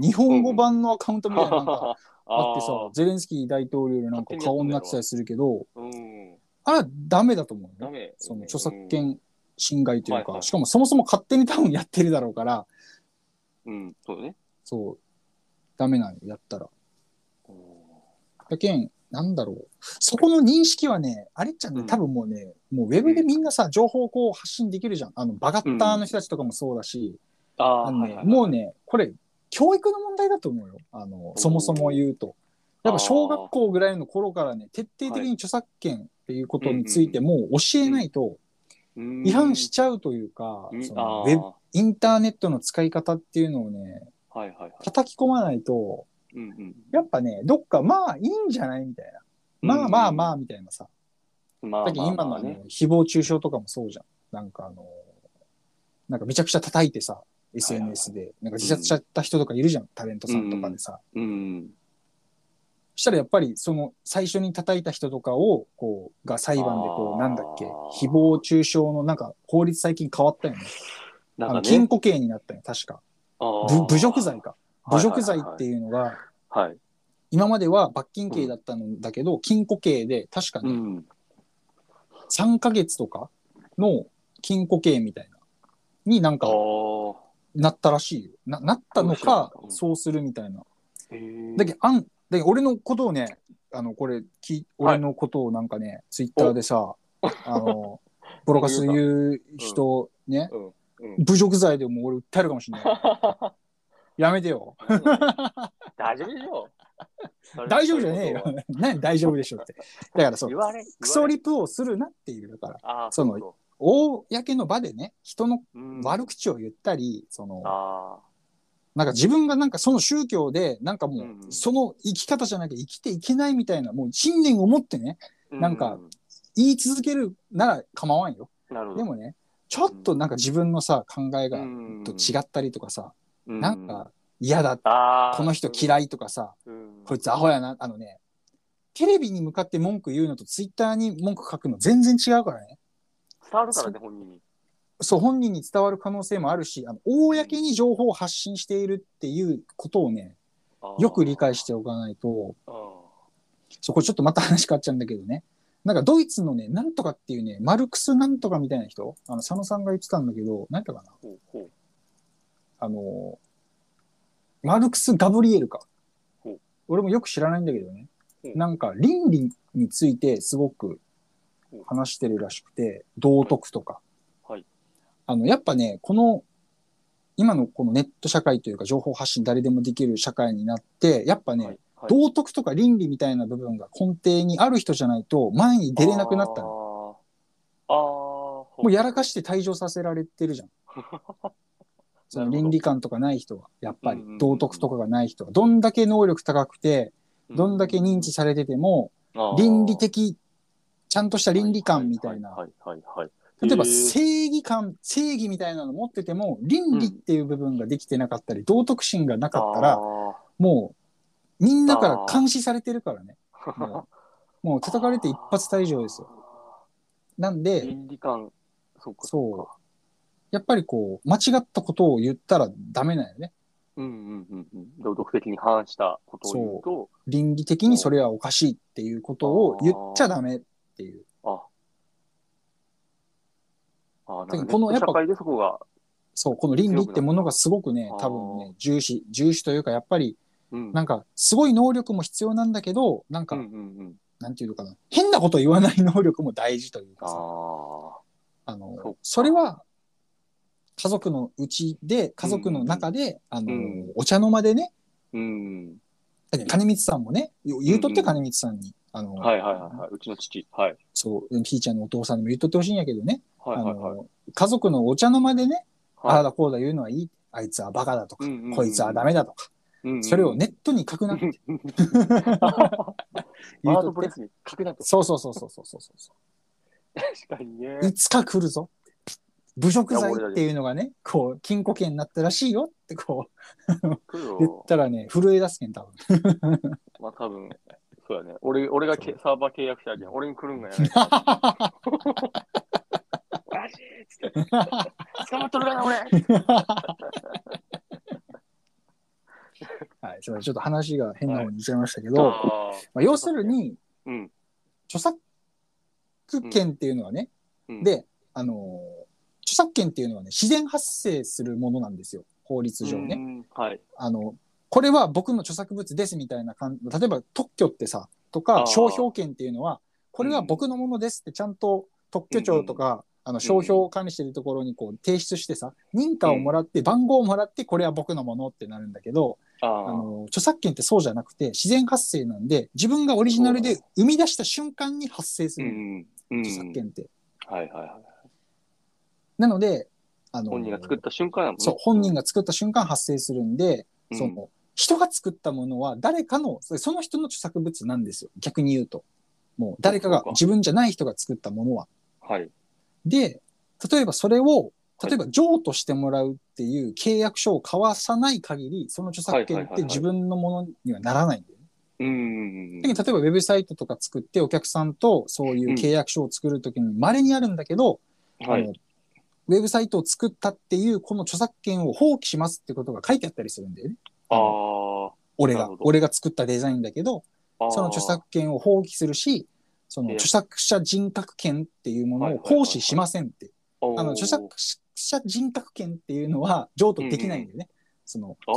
ー
日本語版のアカウントみたいなの
(laughs)
があ
あ
ってさ、ゼレンスキー大統領のなんか顔になってたりするけど、
ー、うん、
あれはダメだと思う
ダ
ね。
メ。
その著作
うん、
権侵害という
はいは
か、
い
しかもそもそも勝手に多分やってるだろうから、
うん、そうね。
そう、ダメなのやったら。
うん
だけん、なんだろう。そこの認識はね、あれっちゃね
う、ん
多分もうね、もうウェブでみんなさ、情報をこう発信できるじゃん。あの、バガッターの人たちとかもそうだし、
あ
あ
あ、
のね
はいはいはい
もうね、これ、教育の問題だと思うよ。あの、そもそも言うと。やっぱ小学校ぐらいの頃からね、徹底的に著作権っていうことについてもう教えないと
うん
違反しちゃうというか、
うん
そ
あ
のウ
ー
ェブ、インターネットの使い方っていうのをね、
はいはいはい。
叩き込まないと、
うんうん、
やっぱね、どっかまあいいんじゃないみたいな。まあまあまあみたいなさ。
うん、まあ
だけど今のあの、誹謗中傷とかもそうじゃん。なんかあの、なんかめちゃくちゃ叩いてさ、SNS で、なんか自殺しちゃった人とかいるじゃん、タレントさんとかでさ。
うん、
そしたらやっぱりその最初に叩いた人とかを、こう、が裁判でこ
あ
う、
ー
なんだっけ、誹謗中傷のなんか法律最近変わったよね。
な
あ
んか
の、
ね、
禁錮刑になったよ、確か。ぶ侮辱罪か。侮辱罪って
う。
いうのが、
はいはい
今までは罰金刑だったんだけど、禁錮刑で確か
はい。う
ね、
ん。
3ヶ月とかの禁錮刑みたいな、になん
あ
かなったらしいよ。な、なったの
面
か
白い、な
そうするみたいな。
ーへー
だけど、あん、だけど俺のことをね、あの、これ、き、
はい
俺のことをなんかね、ツイッターでさ、あの、ボロカス言う人、ね、
うんうん
侮辱罪でもう俺訴えるかもしれない。やめてよ。
大丈夫でしょう。
大丈夫じゃねえよ。何大丈夫でしょって。だからそう
言、われ。
クソ
り。
リプをするなっていう、だから、
ああ、
その
うそ
公の場でね、人の
ううん
悪口を言ったり、その、
あ
なんか自分がなんかその宗教で、なんかも
うんう
う、
ん
その生き方じゃなきゃ生きていけないみたいな、もう信念を持ってね、なんか
うう
言い続けるなら構わんよ。
うんなるほど。
でもね、ちょっとなんか自分のさ、考えがと違
っ
ったりとかさ、
て
なんか嫌だ、
あー
この人嫌いとかさ、
うん
こいつアホやな、あのね、テレビに向かって文句言うのとツイッターに文句書くの全然違うからね。
伝わるからね、本人に。
そう、本人に伝わる可能性もあるし、あの公に情報を発信しているっていうことをね、
あー
よく理解しておかないと、
あー
そうこれちょっとまた話変わっちゃうんだけどね。なんかドイツのね、なんとかっていうね、マルクスなんとかみたいな人、あの、佐野さんが言ってたんだけど、なんだかな、
ほうほう
あの、マルクス・ガブリエルか
ほう。
俺もよく知らないんだけどね。
ほう
なんか倫理についてすごく
ほう
話してるらしくて、道徳とか。
はい
あの、やっぱね、この、今のこのネット社会というか情報発信誰でもできる社会になって、やっぱね、
はいはい
道徳とか倫理みたいな部分が根底にある人じゃないと前に出れなくなったの。
の。あーあー、も
もうやらかして退場させられ
(laughs)
てるじゃん。その倫理観とかない人は、やっぱり
うんうんうんうん
道徳とかがない人は、どんだけ能力高くて、どんだけ認知
し
されてても、
て
倫理的、ちゃんとした倫理観みたいな。
はいはいはいはいはい。
例えば
へー
正義感、正義みたいなの持ってても、倫理っていう部分ができてなかったり、道徳心がなかった
あ
ら、
ー
もう、みんなから監視されてるからね。もう、もう叩かれて一発退場ですよ。なんで、
倫理観、そうか。
そう。やっぱりこう、間違ったことを言ったらダメなんよね。
うんうんうんうん。道徳的に反したことを言うと、
倫理的にそれはおかしいっていうことを言っちゃダメっていう。
ああー、
だ
なんか
けどこ
こ
の
の
やっ
社
ぱ
会でそこが、
そう、この倫理ってものがすごくね、多分
あ
ね、重視、重視というか、やっぱり、
うん
なんか、すごい能力も必要なんだけど、なんか、
うんうんうん。
なんていうのかな、変なこと言わない能力も大事という
あ
か
あ、
さ、
そ
あ
そっ
の
か、
それは、家族のうちで、家族の中で、あの
うん、
お茶の間でね、
うん。
だって金光さんもね、言う言うとって金光さんに、あの、
はいはいはいはい。うちの父。はい。
そう、ピーちゃんのお父さんにも言っとってほしいんやけどね、
はいはいはい。
あの家族のお茶の間でね、ああ
は
だこうだ言うのはいい、あいつはバカだとか、
うんうんうん
こいつはダメだとか、
い。うんうん
それをネットに書
(laughs)
くなって言
ワ
う
ード
と
プ
っ
レ
て。
スに書くなと。
そうそうそうそうそうそうそ
確かにね。
う。いつか来るぞ。侮辱罪っていうのがね、こう、禁錮刑になったらしいよってこ
来る
う、言っ
よ。
たらね、震え出すけん、多分。
まあ多分、そうだね。俺俺がけサーバー契約者やけん、俺に来るんがやない。マジっつって。捕まっとるかな、俺。
はい、すいません。ちょっと話が変な方に行っちゃいましたけど、
あー
まあ、要するに、
うん。
著作権っていうのはね、
うん、
で、あのー著作権っていうのはね、自然発生するものなんですよ。法律上ね。
ね。はい。
あの、これは僕の著作物ですみたいな感じ。例えば特許ってさ、と
あ
か
ー
商標権っていうのは、これは僕のものですってちゃんと特許庁とか、あの商標を管理してるところにこう提出してさ、認可をもらって、番号をもらって、これは僕のものってなるんだけど、
あ
あ
ー
の、著作権ってそうじゃなくて、自然発生なんで、自分がオリジナルで生み出した瞬間に発生す
う
る
ん。うん
著作権って。
はいはいはい。
なので、あの、
本人が作った瞬間やもんね。
そう、本人が作った瞬間発生するんで、
うん
その、人が作ったものは誰かの、その人の著作物なんですよ。逆に言うと。もう、誰か
そ
が
うか、
自分じゃない人が作ったものは。
はい。
で、例えばそれを、
い
例えば譲渡してもらうっていう契約書を交わさない限り、その著作権
はい
っ
はいはい
て
はい
自分のものにはならないんだよね。
うん。
だけど例えばウェブサイトとか作ってお客さんとそういう契約書を作るときに稀にあるんだけど、
は
あの
い。
ウェブサイトを作ったっていう、この著作権を放棄しますってことが書いてあったりするんだよね。
あー
俺
な
が
るほ、ど
俺が作ったデザインだけど、
あー。
その著作権を放棄するし、その
ええ
著作者人格権っていうものを
はいはいはいは
行
い
使しませんって。
おー。
あの、著作者人格権っていうのは譲渡できないんだよね。その、
ああ、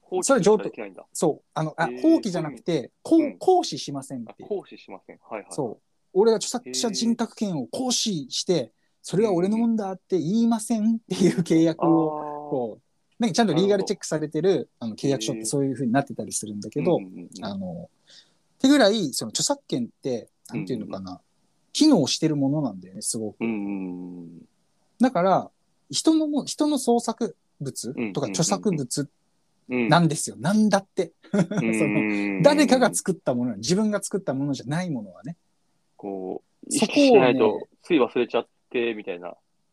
放棄
それ譲渡
できないんだ。
そう、あの、あ
ええ
放棄じゃなくて、こ
う
うん行使しませんっ
あ
ていう。
行使しません。はいはい。
そう。俺が著作者人格権を行使して、それは俺のもんだって言いませんっていう契約
あ
を
ー
こう、なんかちゃんとリーガルチェックされてるあの契約書っ
へ
て
ー
そういうふうになってたりするんだけど、
うんうんうん
あの、ってぐらい、その著作権って、なんていうのかな、機能してるものなんだよね、すごく。
うんうん
だから、人のも、人の創作物
うん
とか著作物
うん
なんですよ。なんだって。
うん
誰かが作ったものなの自分が作ったものじゃないものはね。
こう、意
そこをね
識しないと、つい忘れちゃって、みたいな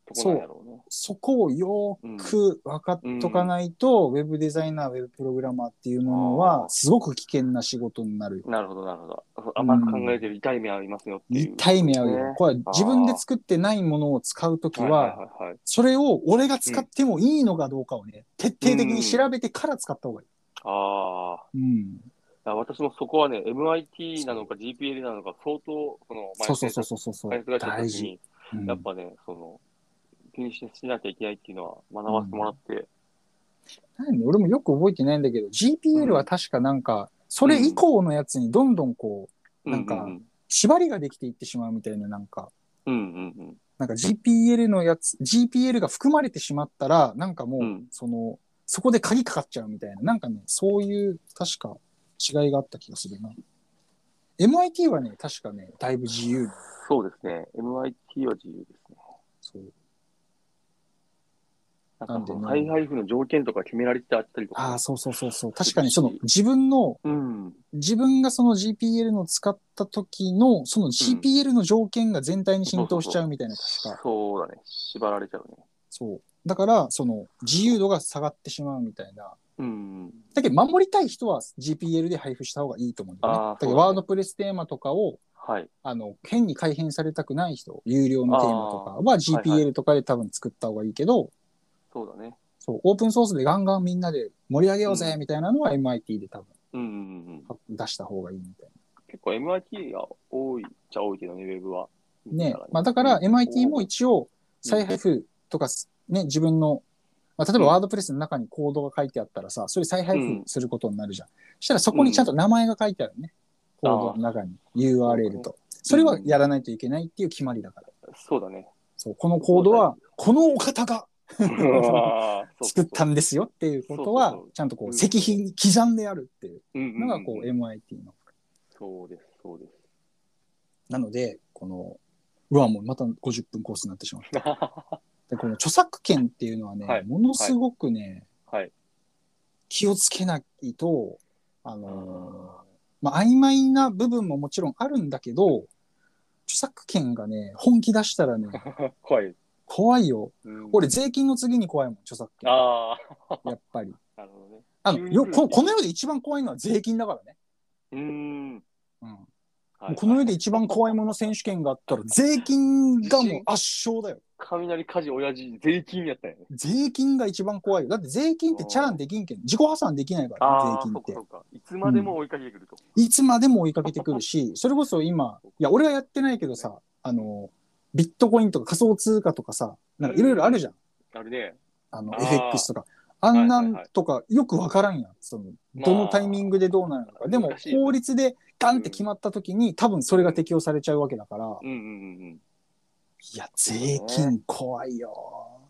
とこなんやろうね。
そこをよーく分かっとかないと、ウェブデザイナー、ウェブプログラマーっていうもの
あー
は、すごく危険な仕事になるよ。
なるほど、なるほど。甘く考えてる痛い目ありますよっていう。
痛い目合う
ね
よ。これは自分で作ってないものを使うとき
はい
は、
はいはい。
それを俺が使ってもいいのかどうかをね、徹底的に調べてから使った方がいい。
ああ。
うん。
いや私もそこはね、MIT なのか GPL なのか、相当、その、
そうそうそうそうそう。
開発会社の
大
時
事。
に、
うん
やっぱね、その、気にしなきゃいけないっていうのは学ばせてもらって、
なんで俺もよく覚えてないんだけど、GPL は確かなんか、それ以降のやつにどんどんこう、なんか
うん
縛りができていってしまうみたいな、なんか、
うんうん
なんか GPL のやつ、GPL が含まれてしまったら、なんかもう、
うん
その、そこで鍵かかっちゃうみたいな、なんかね、そういう、確か違いがあった気がするな。MIT はね、確かね、だいぶ自由な
そうですね、MIT は自由ですね。
そう。
な
なんん
か
で
そ
ね
の、再配布の条件とか決められてあったりと
あ
か
あ、。そうそうそうそう。確かにその自分の、
うん。
自分がその GPL の使った時の、その GPL の条件が全体に浸透しちゃうみたいな確か。
そうだね、縛られちゃうね。
そう。だから、その自由度が下がってしまうみたいな。
うん。
だけど、守りたい人は GPL で配布した方がいいと思うんだよね。
あー
だけ
そう
ど、
だね
ワードプレステーマとかを、
はい。
あの、変に改変されたくない人、有料のテーマとかは
ーはいは
GPL とかで多分作った方がいいけど、
そうだね。
そう、オープンソースでガンガンみんなで盛り上げよう
う
ぜみたいなのは MIT で多分
うんうんうん。
出した方がいいみたい
結構 MIT が多いっちゃ多いけどね、ウェブは。
な。ね。まあだから MIT も
一
一応再配布とかす、ね、自分の、まあ例えば
うん
ワードプレスの中にコードが書いてあったらさ、それ再配
うん
布することになるじゃん。そしたらそこにちゃんと名前が書いてあるね。コードの中に URL と。それはやらないといけないっていう決まりだから。
そうだ
(laughs)
ね。
そう、このコードは、このお方が作っ
そ
た
うん
ですよっていうこと
そう
は
そうそう、
ちゃんとこ
うん
う、石碑に刻んであるっていう
そううんうん
のが、こう、
うん
MIT の。
そうです、そうです。
なので、この、うわ、もうまた50分コースになってしまった。
(laughs)
で、この著作権っていうのはね、
はい
ものすごくね、
はい。
気をつけないと、あのーまあ、曖昧な部分ももちろんあるんだけど、著作権がね、本気出した
(laughs)
らね、
怖い。
怖いよ。
うん
俺、税金の次に怖いもん、著作権。
あ
やっぱり。
あ、なるほどね。
あ
急
の
に
よ
来る
こ、この世で一番怖いのは税金だからね。
うーん。
うん。も
は
う
い
この世で一番怖いもの選手権があったら、税金がもう圧勝だよ。
雷火事親父税金やったよね。
税金が一番怖いよ。だって税金ってチャランできんけん。自己破産できないから、ね
あ、あ、
税
そう
金っ
かそ
て。
うか。いつまでも追いかけてくると。
いつまでも追いかけてく
(laughs)
るし、それこそ今、いや、俺はやってないけどさ、あの、ビットコインとか仮想通貨とかさ、なんかいろいろあるじゃん。
あれね。
あの
あ、ー
FX とか。あんな
はいはい
ん
はい
とかよくわからんやん。その、どのタイミングでどうなるの
まあ
か。でも
難しいよね
法律でガンって決まった時に多分それが適用されちゃうわけだから。
うんうんうんうん。
いや、税金怖
(laughs)
いよ。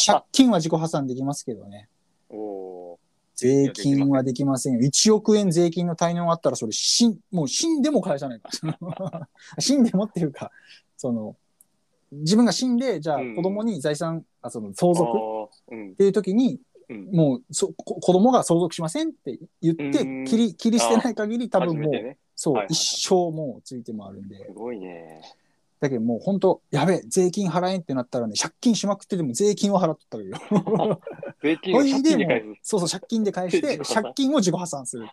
借金は自己破産できますけどね。
おお
税金はできませんよ。1億円税金の滞納があったら、それ死ん、もう死んでも返さないから。 (laughs) 死んでもっていうか、その、自分が死んで、じゃあ
うん
子供に財産、あその相
ー。
続っ
あーうん。
ていう時に、
うん
もうそこ子供が相続しませんって言って
うん、
切り、切り捨てない限り多分
初
も
め
う
て、ね。
そう、
はいはいはい
一生もうついて回るんで。
すごいね。
だけどもう本当、やべえ、税金払えんってなったらね、借金しまくってでも税金を払っとったらいいよ。
税金を
ほ
借金
いで
で
も
返
うそうそう、借金で返し
(laughs) 自
て、
己破産
借金を自己破産
(laughs)
する。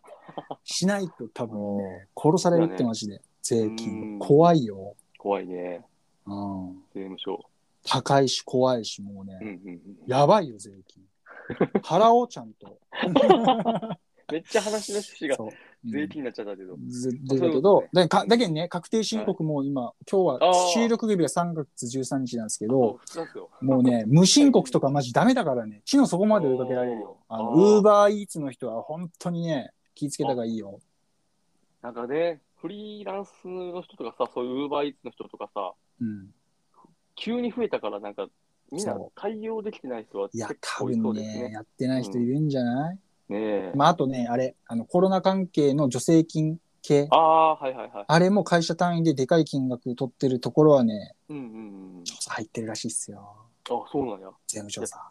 しないと多分ね、殺されるってマジで。
う
税
ん
金。怖いよ。
す。怖いね。
うん。
税務署。
高いし怖いし、もう
うんう
ね。
んうん。
やばいよ、税
(laughs)
金。払おう、ちゃんと。
めっちゃ話の趣旨が
そううん
税金になっちゃったけど。
ずだけど、だけかだけどね、確定申告も今、今日
あ
は
ー
収録日が3月13日なんですけ
そう
ど、
普通なんですよ。
もうね、無申告とかマジダメだからね、地の底まで追いかけられるよ。
おー
あの、
あー
ウーバーイーツの人は本当にね、気ぃつけた方がいいよ。
なんかね、フリーランスの人とかさ、そういうウーバーイーツの人とかさ、
うん。
急に増えたから、なんか、みんな
そう
対応できてない人はい
や
結、
多
構いそ
分
うです
ね、
ね。
やってない人いるんじゃない、
ねえ。
まあ、あとね、あれ、あの、コロナ関係の助成金系、あ
ああ、はいはいはい。
れも会社単位ででかい金額取ってるところはね、
うんうんうん。
調査入ってるらしいっすよ。
あそうなんや。
税務調査。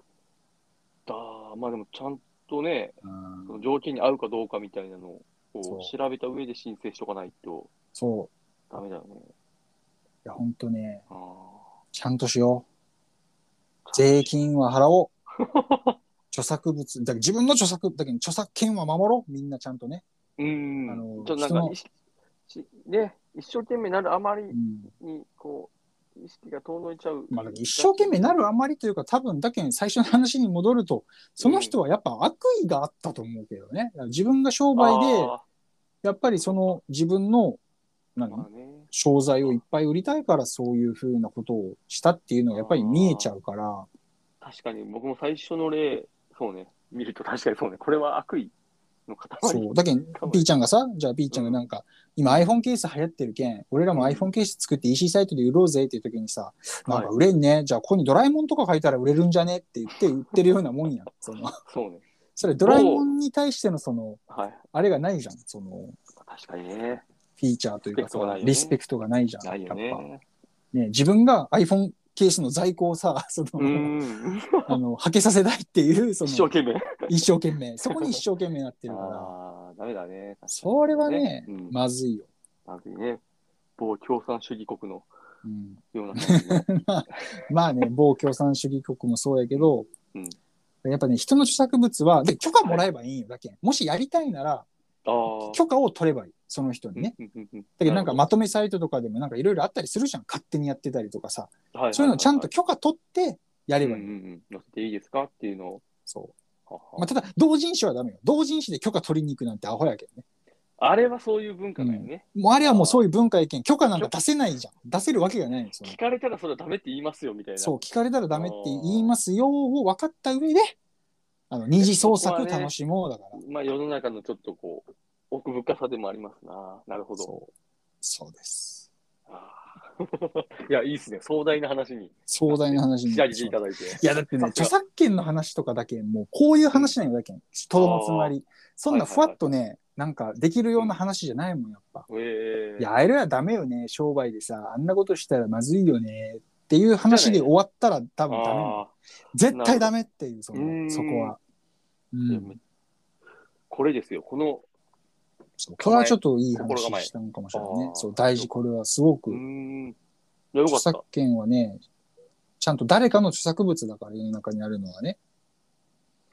だーまあでも、ちゃんとね、
うん
その条件に合うかどうかみたいなのを
そ
こ
う
う調べた上で申請しとかないと
そう。
ダメだよね。
いや、ほんとね、
あ
ちゃんとしよう
ー。
税金は払
(laughs)
おう。著作物、だから自分の著作、だけど著作権は守ろう。みんなちゃんとね。
うん。
あの
ちょっとなんか意識し、ね、一生懸命なるあまり
うん。
に、こう、意識が遠のいちゃう。
まあ、だから一生懸命なるあまりというか、多分だけん最初の話に戻ると、その人はやっぱ悪意があったと思うけどね。自分が商売で、
あ
やっぱりその自分の、
ーま
何
あね。
商材をいっぱい売りたいからそういうふうなことをしたっていうのがやっぱり見えちゃうから、
確かに、僕も最初の例、そうね、見ると確かにそうね、これは悪意の塊。
そう。だけん
かも、
B ちゃんがさ、じゃあ B ちゃんがなんか、今 iPhone ケース流行ってるけん、俺らも iPhone ケース作って EC サイトで売ろうぜっていう時にさ、なんか売れんね、じゃあここにドラえもんとか書いたら売れるんじゃねって (laughs) 言って売ってるようなもんやん。その、
そうね。
それドラえもんに対してのその、
はい。
あれがないじゃん。その、
確かにね。
フィーチャーというか
リスペクトが
さ
ないよね
リスペクトがないじゃん。
ないよ
やっぱ
ね。
ね、自分が iPhone ケースの在庫をさ、その、
うん。
あの、はけさせたいって
(laughs)
いう、そ
一生
の、
懸命。
一生懸命、そこに一生懸命なってるから、
(laughs) ああ、ダメだね。
それはね、
うん
まずいよ。
まずいね。某共産主義国の
うん、
ような
(laughs)
感じの。
まあね、某共産主義国もそうやけど、
うん
やっぱね、人の著作物は、で、許可もらえばいいよ、だけん。もしやりたいなら、
ああ。
許可を取ればいい、その人にね。
うんうんうん。
だけどなんか
な
まとめサイトとかでもなんかいろいろあったりするじゃん、勝手にやってたりとかさ。
るほど、ははは
そういうのちゃんと許可取ってやればいい。
うんうんうん乗せていいですかっていうのを。
そ
はは
う。まあ、ただ、同人誌はダメよ。同人誌で許可取りに行くなんてアホやけどね。
あれはそういう文化だよね。
もうあれはもうそういう文化意見、許可なんか出せないじゃん。出せるわけがないよその
聞かれたらそれはダメって言いますよみたいな。
そう、聞かれたらダメって言いますよを分かった上で、あの、二次創作楽しもうだから。
まあ世の中のちょっとこう、奥深さでもありますな。なるほど。
そう。そうです。
あー (laughs) いや、いいっすね。壮大な話に
壮大な話に
仕
な
上
って
げ
してま
い
った
だいて。
いや、だってね、
さすが
著作権の話とかだけ、もうこういう話なんよ、だけん。とどのつまり。そんなふわっとね、なんかできるような話じゃないもん、やっぱ。
ええ
いや、あれはダメよね、商売でさ、あんなことしたらまずいよね、っていう話で終わったら多分ダメなの。
あ
絶対ダメっていう、そ
なるほ
の、
ど
そこは。う
ー
ん。
これですよ。この、
そうこれはちょっといい話
心構え
したのかもしれないね
あ。ー
そう、大事、これはすご
う
く
ー。ん。いや、よか
著
った
作。権はね、ちゃんと誰かの著作物だから、世の中にあるのはね。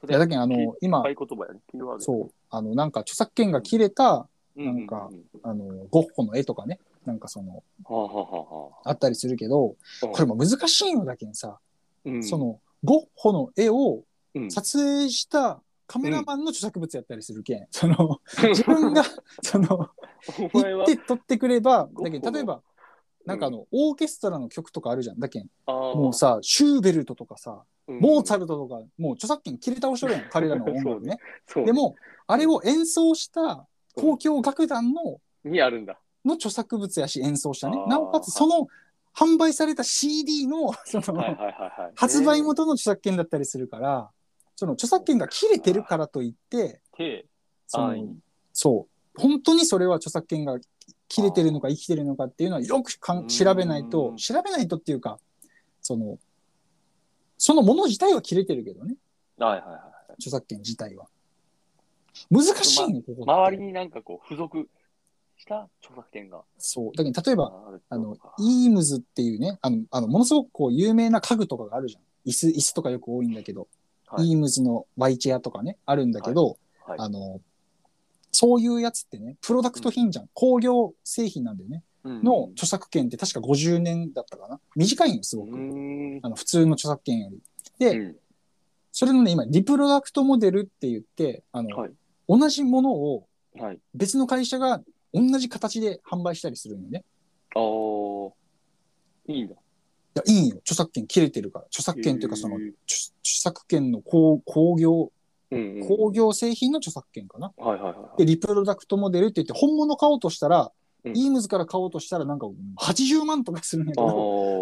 そ
い
れ
や、だけど、あの、今、
合言葉やね。キーワード。
そう、あの、なんか著作権が切れた、
う
なんかあの、ゴッホの絵とかね、なんかその、
はあ、はあは
あったりするけど、
あ、
これも難しいのだけにさ、
うん
そ、の、ゴッホの絵を
うん
撮影したカメラマンの著作物やったりするけん、その、自分が、その、
(laughs) お前
行
は
って撮ってくれば、
ゴッホ
だ
の
けど例えば、なんかあの、オーケストラの曲とかあるじゃん。だけん、
あー
もうさ、シューベルトとかさ、
うん
モーツァルトとか、もう著作権切れ倒しと
(laughs)
るやん、彼らの音楽ね。
そう
でも、あれを演奏した交響楽団の、
にあるんだ。
の著作物やし演奏したね
あ。ー
なおかつ、その、販売された CD の、その、
はいはいはいはい。
発売元の著作権だったりするから、その著作権が切れてるからといって、
えー。手
その
安易に
そう、本当にそれは著作権が切れてるのか生きてるのかっていうのはよくか
うんん
調べないと、調べないとっていうか、その、そのもの自体は切れてるけどね。
はいはいは
著作権自体は。難しいね、ここ
い。
って
周りになんかこう、付属した著作権が
そう。だけど、例えば、
ある
あの
とか、
イームズっていうね、あの、あのものすごくこう、有名な家具とかがあるじゃん。椅子、椅子とかよく多いんだけど、
はい
イームズのワイチェアとかね、あるんだけど、
はい
あの、そういうやつってね、プロダクト品じゃん。工業製品なんだよね。
うん
の著作権って確か50年だったかな。短いんよ、す
う
ごく。
ん。
あの、普通の著作権より。で、
うん
それのね、今、リプロダクトモデルって言って、あの、
はい
同じものを
はい。
別の会社が同じ形で販売したりするんよね。
あーいいんだ。
いや、いいんよ。著作権切れてるから。著作権というか、その、
へー
著著作権の工工業、
うんうん。
工業製品の著作権かな。
はいはいはいはい。
で、リプロダクトモデルって言って、本物買おうとした
う
ら、
ん
イームズから買おうとしたら、なんか、80万とかするんやけ
あ
ど、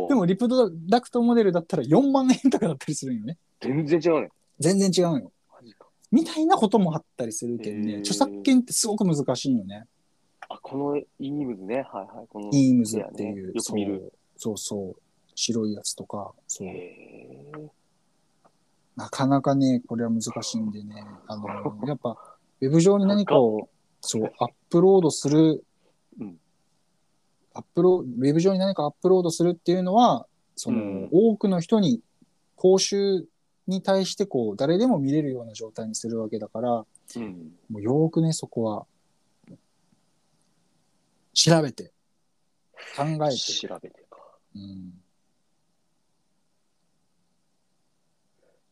ー
でも、リプロダクトモデルだったら4万円とかだったりするんよね。
全然違うね。
全然違うんよ。
マジか。
みたいなこともあったりするけどね、
へー
著作権ってすごく難しいよね。
あ、このイームズね。はいはい。この
イームズっていう、
ねよく見る
そうそうそう、白いやつとか、そう。
へー
なかなかね、これは難しいん
(laughs)
でね、あの、やっぱ、ウェブ上に何かを、そう、アップロードする、
うん
アップロウェブ上に何かアップロードするっていうのは、その、
うん
多くの人に、講習に対して、こう、誰でも見れるような状態にするわけだから、
うん。
もうよーくね、そこは、調べて、考えて、
調べてか。
うん、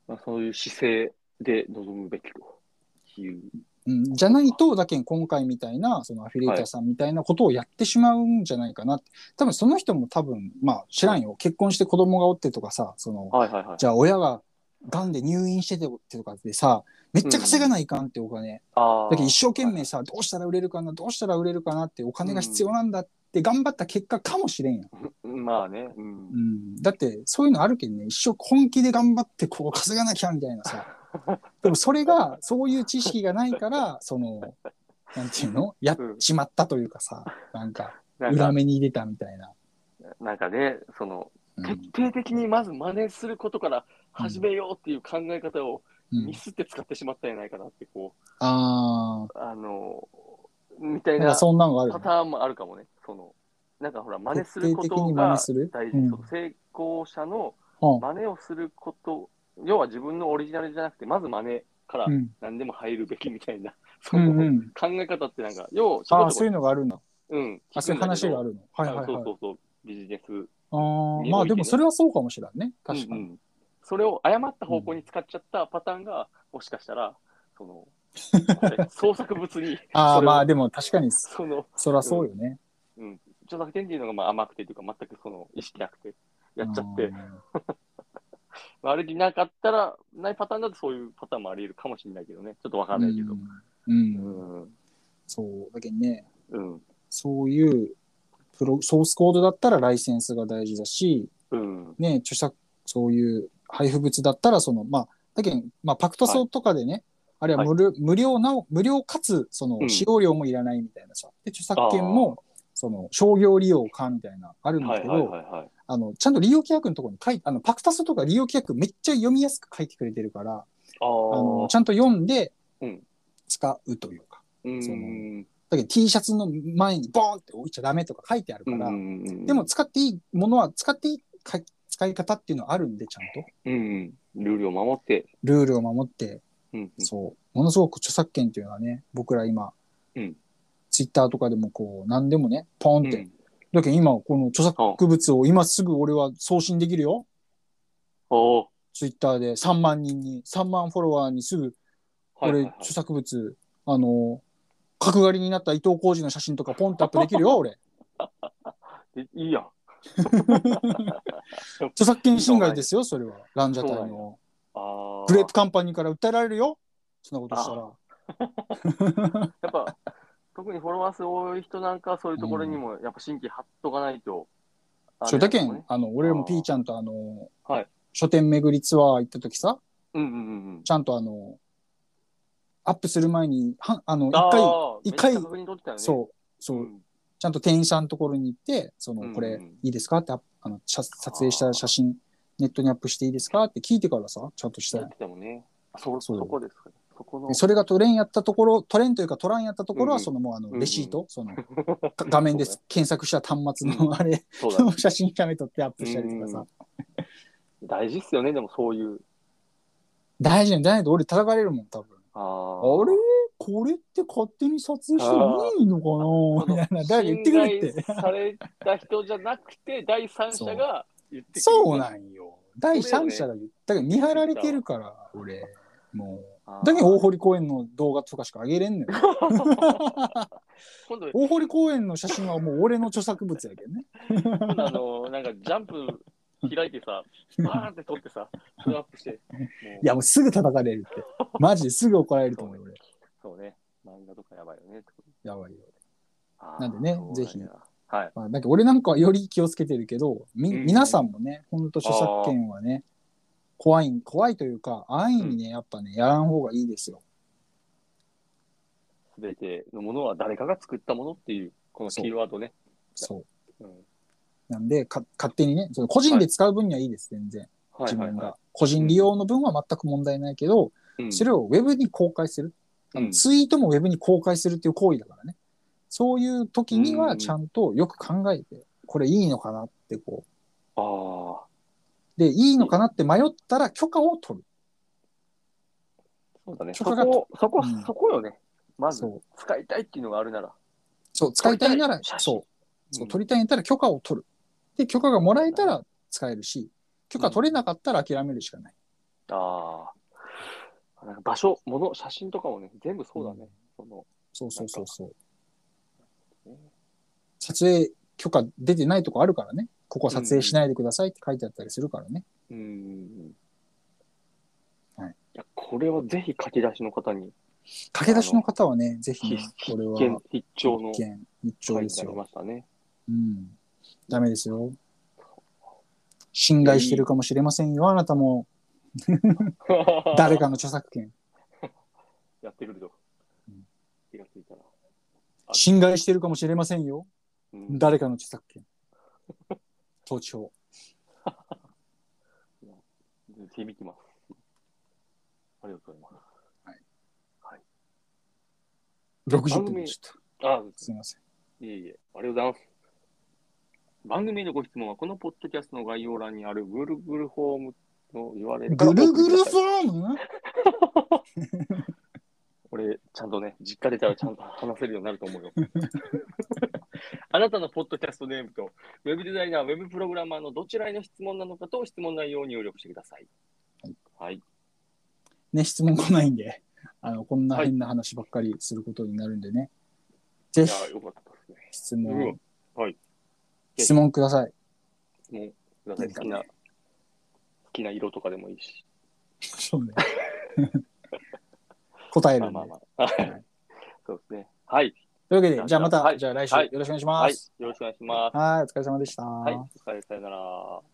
まあ、そういう姿勢で臨むべきという。
うん、じゃないと、だけん今回みたいな、そのアフィリエーターさんみたいなことをやってしまうんじゃないかなって。多分その人も多分、まあ知らんよ。結婚して子供がおってとかさ、その、
はいはいはい。
じゃあ親が癌で入院しててとかでさ、めっちゃ稼がないかんってお金。
ああ。
だけど一生懸命さ、どうしたら売れるかな、どうしたら売れるかなってお金が必要なんだって頑張った結果かもしれんやん。
まあね。うん
う。ん、だってそういうのあるけんね一生本気で頑張ってこう稼がなきゃみたい
(laughs)
なさでもそれがそういう知識がないからそのなんていうのやっちまったというかさなんか
なん
裏
か、
目に出たみたいな、
なんかね、その、
うん
徹底的にまず真似することから始めようっていう考え方を
うん
ミスって使ってしまったんじゃないかなって、こ
あ
う、あの、みた
あ
い
なんか
な
そんなのがある、
パタ
ね、
ーンもあるかもね。その、なんかほら、真似す
徹
る
底
こ
的
と
に真
が
似する、
大事。
うん
そう成功者の
うん
真似をすること、要は自分のオリジナルじゃなくて、まず真似から
うん
何でも入るべきみたいな、
う
そ
ん
の
うん、
考え方ってなんか、要は、
ああそういうのがあるんだ
うん。
あそういう話があ
る。
るのはいはい
そう
は
そ
いう
そう、ビジネス
あーまあでもそれはそうかもしれんね確か
うんう
に
んそれを誤った方向に使っちゃったパターンが、もしかしたらそのこ
(laughs)
れ創作物にそ
あ
れ
あ
を
まあでも確かにそ
その
そらそうよね
著作権っていうのがまあ甘くてというか全くその意識なくてやっちゃって、
うん
まあ、あれでなかったらないパターンだとそういうパターンもあり得るかもしれないけどねちょっとわかんないけど。
うん
う
うん
ん
そうだけどね
うん
そういうプロソースコードだったらライセンスが大事だし、
うん
ね、著作そういう配布物だったらそのまあだけど、まあ、パクトソとかでね、あるいは無料,、無料なお無料かつその
うん
使用料もいらないみたいなさ、で著作権もその商業利用かみたいなあるん
は
だ
い
けど、
はいはいはい。
あのちゃんと利用規約のところに書いてあのパクタソとか利用規約めっちゃ読みやすく書いてくれてるから
あ
あ
あ
のちゃんと読んで
うん
使うというか、
うん
その
うん
だけど T シャツの前にボーンって置いちゃダメとか書いてある
う
か
ん
ら、
うん
でも使っていいものは使っていいか使い方っていうのはあるんで、ちゃんと。
うんうんルールを守って、
ルールを守って、
うんうん
そう、ものすごく著作権っていうのはね、僕ら今、
うん
ツイッターとかでもこう、何でもね、ポンっ
う
て。
ん
だけど今、この著作物を今すぐ俺は送信できるよ。
おー
ツイッターで3万人に、3万フォロワーにすぐ、
はいはい
俺、
はい
著作物、あの、角刈りになった伊藤浩二の写真とかポンってアップできるよ、俺。
えいいやん。
著作権侵害ですよ、それは。ランジャタイ
そうなん
の。
あ
グレープカンパニーから訴えられるよ。そんなことしたら。
やっぱ、特にフォロワー数多い人なんかはそういうところにも、やっぱ神経張っとかないと。あれ
そうだけ
なん
ん、あの、俺らも P ちゃんとあの、
はい
書店巡りツアー行った時さ、
うんうんうんうん。
ちゃんとあの、アップする前に、はあの、一回、
あー
一回
めっちゃ確認取ってたよね。
そう、そうう、
ん。
ちゃんと店員さんのところに行って、そ
うんうん
の、これ、いいですかって、ああの、写撮影した写真、ネットにアップしていいですかって聞いてからさ、ちゃんとした
や
よ
ってたもんね。あそ、
そう
そこですかね。そこの
で。それがトレンやったところ、トレンというかトランやったとこ
う
ろ
んう
は、
ん
そのもうあ
ん
の、
うん
レシート、そ
(laughs)
の、か画面で
そう
検索した端末のあれ、
そう
そ
だ
(laughs) の
ね。
写真カメ撮ってアップしたりとかさ。
大事っすよね、でもそういう。
大事に大事俺叩かれるもん、多分。
あ
あ
あ
れこれって勝手に撮影してもいいのかなみたいな。誰か言ってくれって。
された人じゃなくて、第三者が言ってくる。
そうんなんよ。第三者が言ったから見張られてるから、俺。もう。だけど大
今
堀公園の動画とかしか上げれんのよ。
度、
大堀公園の写真はもう俺の著作物やけどね。
今度あの、なんかジャンプ開いてさ、バーンって撮ってさ、それアップして。
(laughs)
もう
いや、もうすぐ叩かれる
(laughs)
って。マジですぐ怒られると思うよ、俺。
そうね、漫画とかやばいよねってこと。
やばいよ。
あー
なんでね
そう
ぜひ
なんやはい。
まあ、だけど俺なんかはより気をつけてるけど、み、
うん
皆さんもね、ほんと著作権はね、怖い、怖いというか、安易にね、やっぱね、やらん方がいいですよ。
すべてのものは誰かが作ったものっていう、このキーワードね。
そう。
うん
なんで、か、勝手にね、その個人で使う分にはいいです、全然。自
はい
分
は
が。個人利用の分は全く問題ないけど、
いうん
それをウェブに公開する。あの
うん
ツイートもウェブに公開するっていう行為だからね。そういう時にはちゃんとよく考えて、これいいのかなってこう。
ああ、
で、いいのかなって迷ったら許可を取る。
そうだね。そ
許可が
こ、そこ
うん、
そこよね。まず
そ、う。
使いたいっていうのがあるなら。
そう、使いたいなら、
撮りたい写真
そう。そう、取りたいんやったら許可を取る。で、許可がもらえたら使えるし、許可取れなかったら諦めるしかない。
ああ。なんか場所、物、写真とかもね、全部そうだね。その、
そうそうそうそう
なんか。
撮影許可出てないとこあるからね。ここは撮影しないでくださいって書いてあったりするからね。
うんうんうん。
はい
や、これはぜひ書き出しの方に
駆け出しの方はね、ぜひ
必
ね、こ
必
れは
見、必聴の
一見一
書
丁
い
で
て
す
あり
よ。
ましたね。
うん。ダメですよ。侵害してるかもしれませんよ。あな
(laughs)
たも誰かの著作権。
やってくるぞ
うん。
気がついたら。
侵害してるかもしれませんよ。
うん
誰かの著作権。盗聴。
手引きます。ありがとうございます。
60分でした。
あ、
すみません。
いえいえ、ありがとうございます。番組へのご質問は、このポッドキャストの概要欄にある Google フォームの URL から
ぐるぐる
ォー
フ
ム
ォーム
俺、ちゃんとね、実家出たらちゃんと話せるようになると思うよ。あなたのポッドキャストネームと、ウェブデザイナー、ウェブプログラマーのどちらへの質問なのかと質問内容を入力してください。はい。
ね、質問来ないんで、あの、こんな変な話ばっかりすることになるんでね。ぜ
い
ひ
や、、よかったですね。
質
う
問
ん、はい
質問ください。
質問ください。好きな、好きな色とかでもいいし。
そ
(laughs)
うね。答え
ま
る
あ
んで。
まあ
とい
まあ。はいそうですね。はい。
うわけで、じゃあまた、
はい
じゃあ来週
は
よ
い
ろしくお願いし
は
ま
い
す。。
よろしくお願いします。
はい、お疲れ様でした。
はい。お疲れ様さよなら。